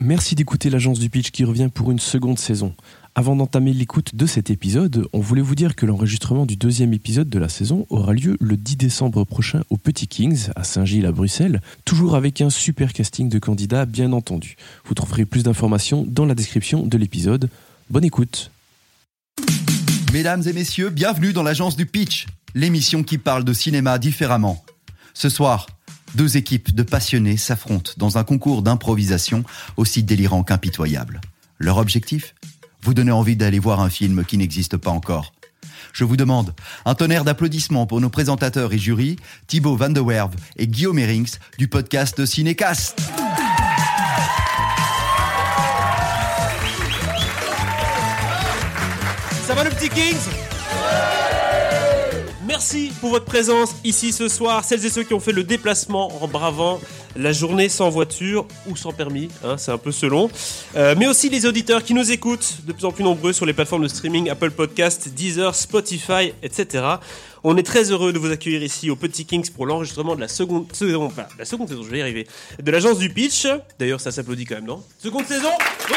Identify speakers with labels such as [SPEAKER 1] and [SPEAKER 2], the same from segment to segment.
[SPEAKER 1] Merci d'écouter l'agence du pitch qui revient pour une seconde saison. Avant d'entamer l'écoute de cet épisode, on voulait vous dire que l'enregistrement du deuxième épisode de la saison aura lieu le 10 décembre prochain au Petit Kings, à Saint-Gilles, à Bruxelles, toujours avec un super casting de candidats, bien entendu. Vous trouverez plus d'informations dans la description de l'épisode. Bonne écoute
[SPEAKER 2] Mesdames et messieurs, bienvenue dans l'agence du pitch, l'émission qui parle de cinéma différemment. Ce soir, deux équipes de passionnés s'affrontent dans un concours d'improvisation aussi délirant qu'impitoyable. Leur objectif Vous donner envie d'aller voir un film qui n'existe pas encore. Je vous demande un tonnerre d'applaudissements pour nos présentateurs et jurys, Thibaut Van de Werve et Guillaume Erings du podcast Cinécast.
[SPEAKER 3] Ça va le petit Kings Merci pour votre présence ici ce soir, celles et ceux qui ont fait le déplacement en bravant la journée sans voiture ou sans permis, hein, c'est un peu selon. Euh, mais aussi les auditeurs qui nous écoutent, de plus en plus nombreux sur les plateformes de streaming, Apple Podcast, Deezer, Spotify, etc. On est très heureux de vous accueillir ici au Petit Kings pour l'enregistrement de la seconde saison, enfin, la seconde saison, je vais y arriver, de l'agence du pitch. D'ailleurs, ça s'applaudit quand même, non Seconde saison Oui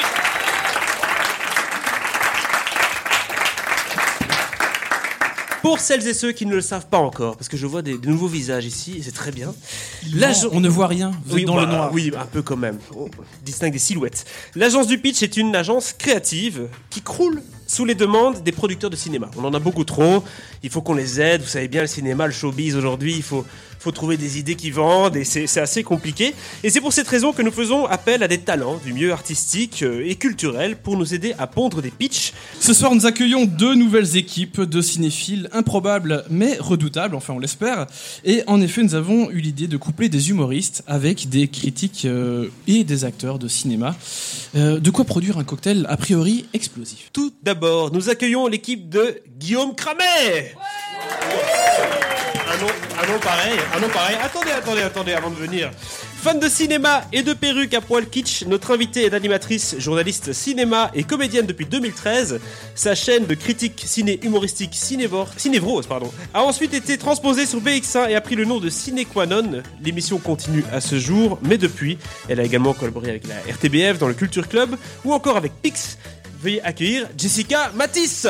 [SPEAKER 3] Pour celles et ceux qui ne le savent pas encore, parce que je vois des, des nouveaux visages ici, et c'est très bien. L'agence-
[SPEAKER 4] on ne voit rien, vous
[SPEAKER 3] oui,
[SPEAKER 4] êtes dans
[SPEAKER 3] bah,
[SPEAKER 4] le noir.
[SPEAKER 3] Oui, un peu quand même. On distingue des silhouettes. L'agence du pitch est une agence créative qui croule sous les demandes des producteurs de cinéma. On en a beaucoup trop. Il faut qu'on les aide. Vous savez bien, le cinéma, le showbiz aujourd'hui, il faut, faut trouver des idées qui vendent et c'est c'est assez compliqué. Et c'est pour cette raison que nous faisons appel à des talents du milieu artistique euh, et culturel pour nous aider à pondre des pitchs.
[SPEAKER 4] Ce soir, nous accueillons deux nouvelles équipes de cinéphiles improbables mais redoutables, enfin on l'espère. Et en effet, nous avons eu l'idée de coupler des humoristes avec des critiques euh, et des acteurs de cinéma. Euh, de quoi produire un cocktail a priori explosif.
[SPEAKER 3] Tout d'abord, nous accueillons l'équipe de Guillaume Cramet un nom, un nom pareil, un nom pareil. Attendez, attendez, attendez, avant de venir. Fan de cinéma et de perruques à poil kitsch, notre invitée est animatrice, journaliste cinéma et comédienne depuis 2013. Sa chaîne de critique ciné humoristique Cinévore, Cinévrose, pardon, a ensuite été transposée sur BX1 et a pris le nom de Cinequanon. L'émission continue à ce jour, mais depuis, elle a également collaboré avec la RTBF dans le Culture Club ou encore avec Pix. Veuillez accueillir Jessica Matisse.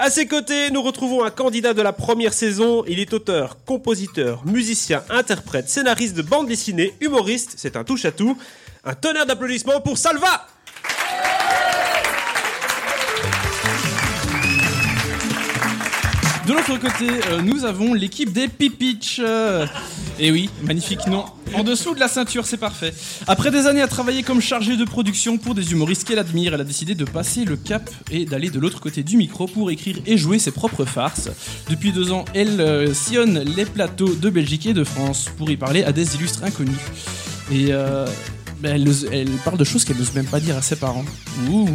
[SPEAKER 3] À ses côtés, nous retrouvons un candidat de la première saison. Il est auteur, compositeur, musicien, interprète, scénariste de bande dessinée, humoriste. C'est un touche à tout. Un tonnerre d'applaudissements pour Salva.
[SPEAKER 4] De l'autre côté, euh, nous avons l'équipe des Pipitch. euh, et oui, magnifique nom. En dessous de la ceinture, c'est parfait. Après des années à travailler comme chargée de production pour des humoristes qu'elle admire, elle a décidé de passer le cap et d'aller de l'autre côté du micro pour écrire et jouer ses propres farces. Depuis deux ans, elle euh, sillonne les plateaux de Belgique et de France pour y parler à des illustres inconnus. Et euh, ben, elle, ose- elle parle de choses qu'elle n'ose même pas dire à ses parents. Ouh.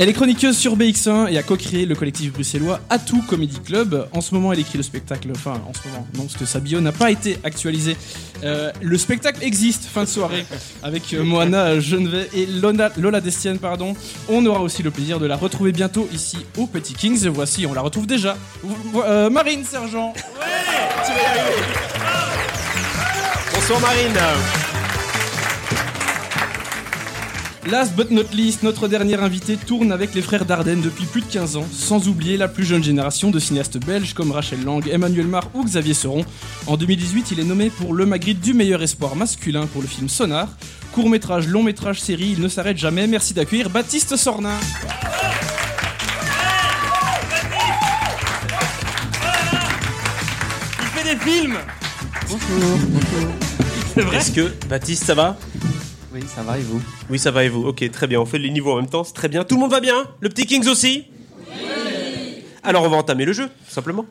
[SPEAKER 4] Elle est chroniqueuse sur BX1 et a co-créé le collectif bruxellois Atout Comedy Club. En ce moment, elle écrit le spectacle. Enfin, en ce moment, non, parce que sa bio n'a pas été actualisée. Euh, le spectacle existe, fin de soirée, avec euh, Moana Genevet et Lona- Lola Destienne, pardon. On aura aussi le plaisir de la retrouver bientôt ici au Petit Kings. Voici, on la retrouve déjà. Vo- euh, Marine Sergent.
[SPEAKER 3] Tu vas y arriver. Bonsoir Marine.
[SPEAKER 4] Last but not least, notre dernier invité tourne avec les frères Dardenne depuis plus de 15 ans, sans oublier la plus jeune génération de cinéastes belges comme Rachel Lang, Emmanuel Mar ou Xavier Seron. En 2018, il est nommé pour le Magritte du meilleur espoir masculin pour le film Sonar. Court métrage, long métrage, série, il ne s'arrête jamais. Merci d'accueillir Baptiste Sornin.
[SPEAKER 3] Il fait des films. C'est vrai. Est-ce que Baptiste, ça va
[SPEAKER 5] Oui, ça va et vous
[SPEAKER 3] Oui, ça va et vous Ok, très bien. On fait les niveaux en même temps, c'est très bien. Tout le monde va bien Le petit Kings aussi Alors on va entamer le jeu, tout simplement.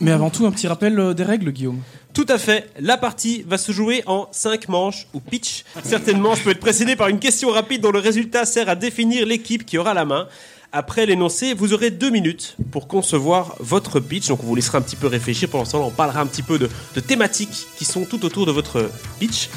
[SPEAKER 4] Mais avant tout, un petit rappel euh, des règles, Guillaume.
[SPEAKER 3] Tout à fait. La partie va se jouer en 5 manches ou pitch. Certainement, je peux être précédé par une question rapide dont le résultat sert à définir l'équipe qui aura la main. Après l'énoncé, vous aurez deux minutes pour concevoir votre pitch. Donc, on vous laissera un petit peu réfléchir. Pendant ce temps-là, on parlera un petit peu de, de thématiques qui sont tout autour de votre pitch.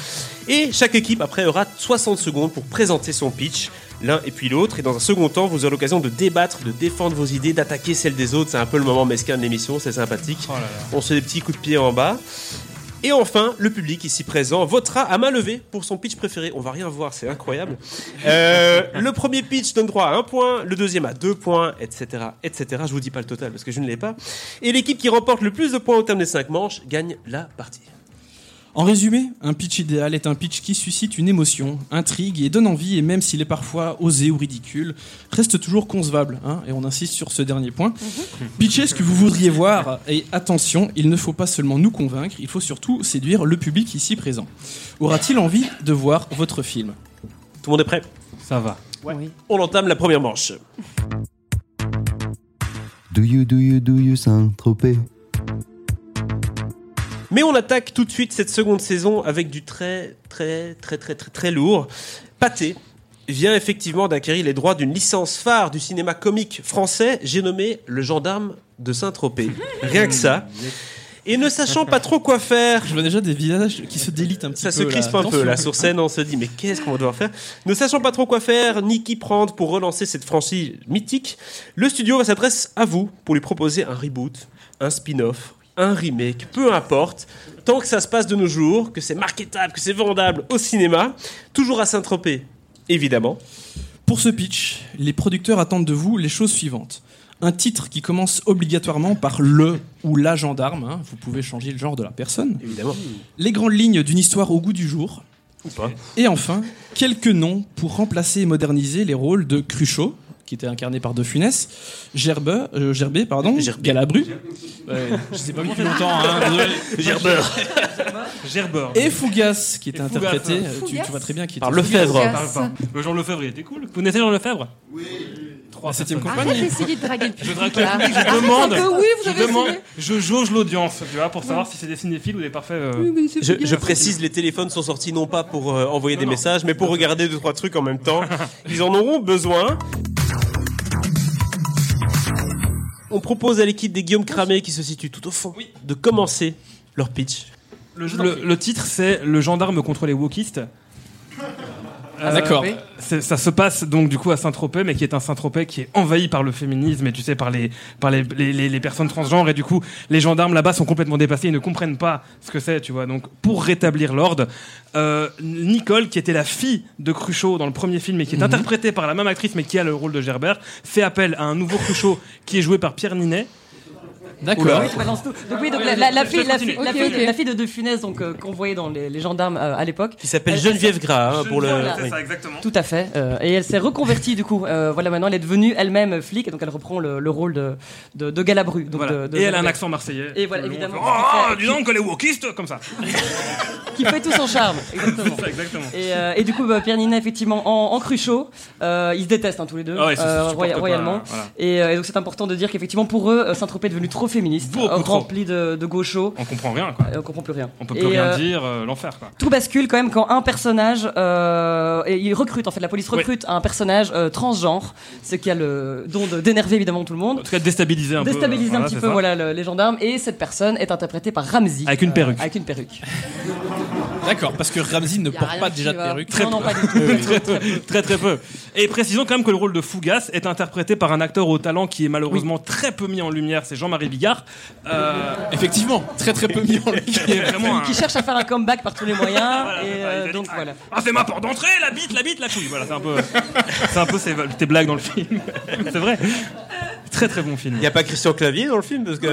[SPEAKER 3] Et chaque équipe, après, aura 60 secondes pour présenter son pitch. l'un et puis l'autre. Et dans un second temps, vous aurez l'occasion de débattre, de défendre vos idées, d'attaquer celles des autres. C'est un peu le moment mesquin de l'émission, c'est sympathique.
[SPEAKER 4] Oh là là.
[SPEAKER 3] On se fait des petits coups de pied en bas. Et enfin, le public ici présent votera à main levée pour son pitch préféré. On va rien voir, c'est incroyable. Euh, le premier pitch donne droit à un point, le deuxième à deux points, etc., etc. Je vous dis pas le total parce que je ne l'ai pas. Et l'équipe qui remporte le plus de points au terme des cinq manches gagne la partie.
[SPEAKER 4] En résumé, un pitch idéal est un pitch qui suscite une émotion, intrigue et donne envie, et même s'il est parfois osé ou ridicule, reste toujours concevable, hein, et on insiste sur ce dernier point.
[SPEAKER 3] Mhm.
[SPEAKER 4] Pitcher ce que vous voudriez voir, et attention, il ne faut pas seulement nous convaincre, il faut surtout séduire le public ici présent. Aura-t-il envie de voir votre film
[SPEAKER 3] Tout le monde est prêt
[SPEAKER 4] Ça va.
[SPEAKER 5] Oui.
[SPEAKER 3] On entame la première manche.
[SPEAKER 2] Do you, do you, do you, Saint-Tropez
[SPEAKER 3] Mais on attaque tout de suite cette seconde saison avec du très très très très très très lourd. Pâté vient effectivement d'acquérir les droits d'une licence phare du cinéma comique français, j'ai nommé Le Gendarme de Saint-Tropez. Rien que ça. Et ne sachant pas trop quoi faire,
[SPEAKER 4] Je vois déjà des visages qui se délitent un petit
[SPEAKER 3] ça
[SPEAKER 4] peu.
[SPEAKER 3] se crispe un peu là
[SPEAKER 4] Attention.
[SPEAKER 3] sur scène, on se dit mais qu'est-ce qu'on va devoir faire Ne sachant pas trop quoi faire ni qui prendre pour relancer cette franchise mythique, le studio s'adresse à vous pour lui proposer un reboot, un spin-off, un remake, peu importe, tant que ça se passe de nos jours, que c'est marketable, que c'est vendable au cinéma, toujours à Saint-Tropez, évidemment.
[SPEAKER 4] Pour ce pitch, les producteurs attendent de vous les choses suivantes. Un titre qui commence obligatoirement par le ou la gendarme, hein, vous pouvez changer le genre de la personne.
[SPEAKER 3] Évidemment.
[SPEAKER 4] Les grandes lignes d'une histoire au goût du jour.
[SPEAKER 3] Ou pas.
[SPEAKER 4] Et enfin, quelques noms pour remplacer et moderniser les rôles de Cruchot, qui était incarné par De Funès, Gerbe, euh, Gerbet, pardon,
[SPEAKER 3] Gerbe.
[SPEAKER 4] Galabru. Ouais, je sais pas depuis longtemps, hein, désolé.
[SPEAKER 3] Gerber.
[SPEAKER 6] Gerber.
[SPEAKER 4] Et Fougas, qui était
[SPEAKER 6] Et Fougas,
[SPEAKER 4] interprété,
[SPEAKER 6] ouais.
[SPEAKER 4] euh, tu, tu vois très bien qui était.
[SPEAKER 3] Par Lefebvre.
[SPEAKER 6] Parle pas. Le Jean Lefebvre, il était cool. Vous connaissez Jean Lefebvre Oui. Trois
[SPEAKER 4] La septième
[SPEAKER 6] personnes.
[SPEAKER 5] Arrête
[SPEAKER 4] compagnie.
[SPEAKER 5] d'essayer Ah, de draguer le
[SPEAKER 6] Je
[SPEAKER 5] public.
[SPEAKER 6] drague
[SPEAKER 5] là.
[SPEAKER 6] le public, je
[SPEAKER 5] Arrête
[SPEAKER 6] demande.
[SPEAKER 5] un peu, oui, vous avez
[SPEAKER 6] Je demande,
[SPEAKER 5] essayé.
[SPEAKER 6] je jauge l'audience, tu vois, pour savoir si c'est des cinéphiles ou des parfaits. euh,
[SPEAKER 5] Oui, mais c'est
[SPEAKER 3] Je,
[SPEAKER 5] Fougas.
[SPEAKER 3] je précise, les téléphones sont sortis non pas pour euh, envoyer des messages, mais pour regarder deux trois trucs en même temps. Ils en auront besoin. On propose à l'équipe des Guillaume Cramé qui se situe tout au fond de commencer leur pitch.
[SPEAKER 6] Le, le- le titre, c'est Le gendarme contre les wokistes. Euh,
[SPEAKER 4] Ah, D'accord.
[SPEAKER 6] c'est- Ça se passe donc du coup à Saint-Tropez, mais qui est un Saint-Tropez qui est envahi par le féminisme et tu sais par les par les, les- les- les personnes transgenres et du coup les gendarmes là-bas sont complètement dépassés, ils ne comprennent pas ce que c'est, tu vois. Donc pour rétablir l'ordre, euh, Nicole qui était la fille de Cruchot dans le premier film
[SPEAKER 3] Mhm.
[SPEAKER 6] et qui est interprétée par la même actrice mais qui a le rôle de Gerbert, fait appel à un nouveau Cruchot qui est joué par Pierre Ninet.
[SPEAKER 4] D'accord.
[SPEAKER 7] Oui, tu balances tout. Donc oui, donc la, la- la
[SPEAKER 6] Je- je
[SPEAKER 7] fille, la,
[SPEAKER 6] continue.
[SPEAKER 7] fille- la
[SPEAKER 5] Ok,
[SPEAKER 7] fille-
[SPEAKER 5] ok.
[SPEAKER 7] la fille de De Funès, donc euh, qu'on voyait dans les, les gendarmes euh, à l'époque.
[SPEAKER 3] Qui s'appelle
[SPEAKER 7] Elle-
[SPEAKER 3] Geneviève Gras hein, pour le.
[SPEAKER 7] Voilà.
[SPEAKER 3] oui.
[SPEAKER 6] exactement.
[SPEAKER 7] Tout à fait. euh, et elle s'est reconvertie du coup. Euh, voilà, maintenant elle est devenue elle-même flic, et donc elle reprend le, le rôle de, de, de Galabru. Donc de- de-
[SPEAKER 6] et elle a un
[SPEAKER 7] de-
[SPEAKER 6] accent marseillais.
[SPEAKER 7] Et voilà,
[SPEAKER 6] Tout le long,
[SPEAKER 7] évidemment.
[SPEAKER 6] on fait, Oh,
[SPEAKER 7] Qui-
[SPEAKER 6] dis donc, elle est wokiste Comme ça.
[SPEAKER 7] qui fait tout son charme. Exactement.
[SPEAKER 6] C'est ça, exactement.
[SPEAKER 7] Et, euh, et du coup, bah, Pierre Ninet, effectivement, en, en cruchot, euh, ils se détestent hein, tous les deux,
[SPEAKER 6] Ah ouais, ça se
[SPEAKER 7] euh,
[SPEAKER 6] supporte
[SPEAKER 7] roya-
[SPEAKER 6] pas,
[SPEAKER 7] royalement.
[SPEAKER 6] voilà.
[SPEAKER 7] Et, euh, et donc, c'est important de dire qu'effectivement, pour eux, euh, Saint-Tropez est devenu trop féministe,
[SPEAKER 6] Beaucoup
[SPEAKER 7] euh,
[SPEAKER 6] trop.
[SPEAKER 7] rempli de, de gauchos.
[SPEAKER 6] On comprend rien, quoi.
[SPEAKER 7] Et on comprend plus rien.
[SPEAKER 6] On peut
[SPEAKER 7] Et,
[SPEAKER 6] plus rien
[SPEAKER 7] euh,
[SPEAKER 6] dire, euh, l'enfer, quoi.
[SPEAKER 7] Tout bascule quand même quand un personnage, euh, et il recrute en fait, la police recrute un personnage euh, transgenre, ce qui a le don de- d'énerver évidemment tout le
[SPEAKER 6] En
[SPEAKER 7] monde,
[SPEAKER 6] tout cas, déstabiliser un peu.
[SPEAKER 7] déstabiliser
[SPEAKER 6] euh,
[SPEAKER 7] un petit
[SPEAKER 6] c'est
[SPEAKER 7] peu
[SPEAKER 6] ça.
[SPEAKER 7] voilà le- les gendarmes, et cette personne est interprétée par Ramsey.
[SPEAKER 6] Avec une perruque.
[SPEAKER 7] avec une perruque.
[SPEAKER 4] D'accord, parce que Ramsey ne
[SPEAKER 5] Y a
[SPEAKER 4] porte
[SPEAKER 5] rien
[SPEAKER 4] pas
[SPEAKER 5] qui
[SPEAKER 4] déjà de
[SPEAKER 5] va.
[SPEAKER 4] perruque.
[SPEAKER 7] non, non, pas du tout.
[SPEAKER 6] Très très peu. Et précisons quand même que le rôle de Fougas est interprété par un acteur au talent qui est malheureusement très peu mis en lumière, c'est Jean-Marie Bigard. Euh,
[SPEAKER 4] Effectivement, très très peu mis en
[SPEAKER 6] qui est vraiment un-
[SPEAKER 7] qui cherche à faire un comeback par tous les moyens,
[SPEAKER 6] Voilà,
[SPEAKER 7] et
[SPEAKER 6] c'est ça,
[SPEAKER 7] euh,
[SPEAKER 6] il a
[SPEAKER 7] donc
[SPEAKER 6] dit,
[SPEAKER 7] voilà.
[SPEAKER 6] Ah, c'est ma porte d'entrée, la bite, la bite, la couille. Voilà, c'est un peu, c'est un peu ces- tes blagues dans le film. c'est vrai. Très très bon film.
[SPEAKER 3] Il n'y a pas Christian Clavier dans le film parce que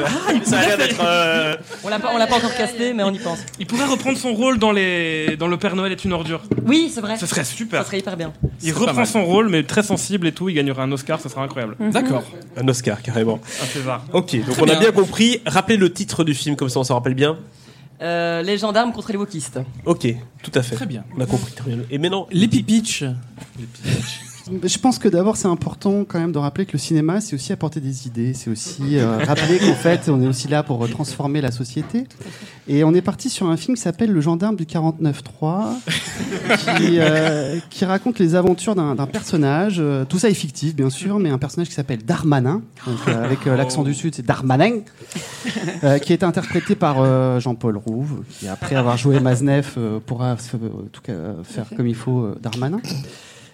[SPEAKER 3] ça a l'air d'être. euh,
[SPEAKER 7] On l'a pas, on l'a pas encore casté, mais on y pense.
[SPEAKER 6] Il pourrait reprendre son rôle dans les, dans Le Père Noël est une ordure.
[SPEAKER 7] Oui, c'est vrai.
[SPEAKER 6] Ce serait super.
[SPEAKER 7] Ça serait hyper bien.
[SPEAKER 6] Il
[SPEAKER 4] pas mal.
[SPEAKER 6] reprend son rôle, mais très sensible et tout. Il gagnera un Oscar, ce sera incroyable.
[SPEAKER 7] Mm.
[SPEAKER 4] D'accord.
[SPEAKER 3] Un Oscar carrément.
[SPEAKER 6] Un César.
[SPEAKER 3] Ok, donc
[SPEAKER 4] Très
[SPEAKER 3] on a
[SPEAKER 4] bien.
[SPEAKER 3] bien compris. Rappelez le titre du film comme ça on s'en rappelle bien.
[SPEAKER 7] Euh, les gendarmes contre les wokistes.
[SPEAKER 3] Ok, tout à fait.
[SPEAKER 4] Très bien.
[SPEAKER 3] On a compris. très bien. Et maintenant,
[SPEAKER 4] Les pitch
[SPEAKER 8] Je pense que d'abord, c'est important quand même de rappeler que le cinéma, c'est aussi apporter des idées, c'est aussi euh, rappeler qu'en fait, on est aussi là pour euh, transformer la société. Et on est parti sur un film qui s'appelle Le gendarme du 49-3, qui, euh, qui raconte les aventures d'un d'un personnage. euh, tout ça est fictif, bien sûr, mais un personnage qui s'appelle Darmanin, donc, euh, avec euh, l'accent du Sud, c'est Darmanin, euh, qui est interprété par euh, Jean-Paul Rouve, qui après avoir joué Maznef euh, pourra euh, en tout cas, euh, faire comme il faut euh, Darmanin.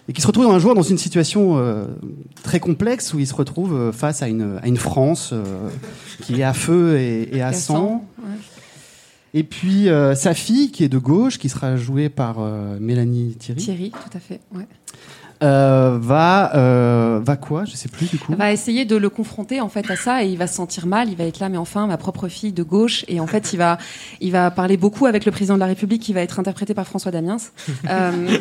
[SPEAKER 8] et qui se retrouve un jour dans une situation euh, très complexe où il se retrouve euh, face à une, à une France euh, qui est à feu et, et à sang. Et puis euh, sa fille qui est de gauche, qui sera jouée par euh, Mélanie Thierry,
[SPEAKER 5] Thierry, tout à fait. ouais.
[SPEAKER 8] euh, va, euh, va quoi Je sais plus du coup.
[SPEAKER 5] Elle va essayer de le confronter en fait à ça et il va se sentir mal. Il va être là, mais enfin, ma propre fille de gauche. Et en fait, il va, il va parler beaucoup avec le président de la République qui va être interprété par François Damiens. Euh,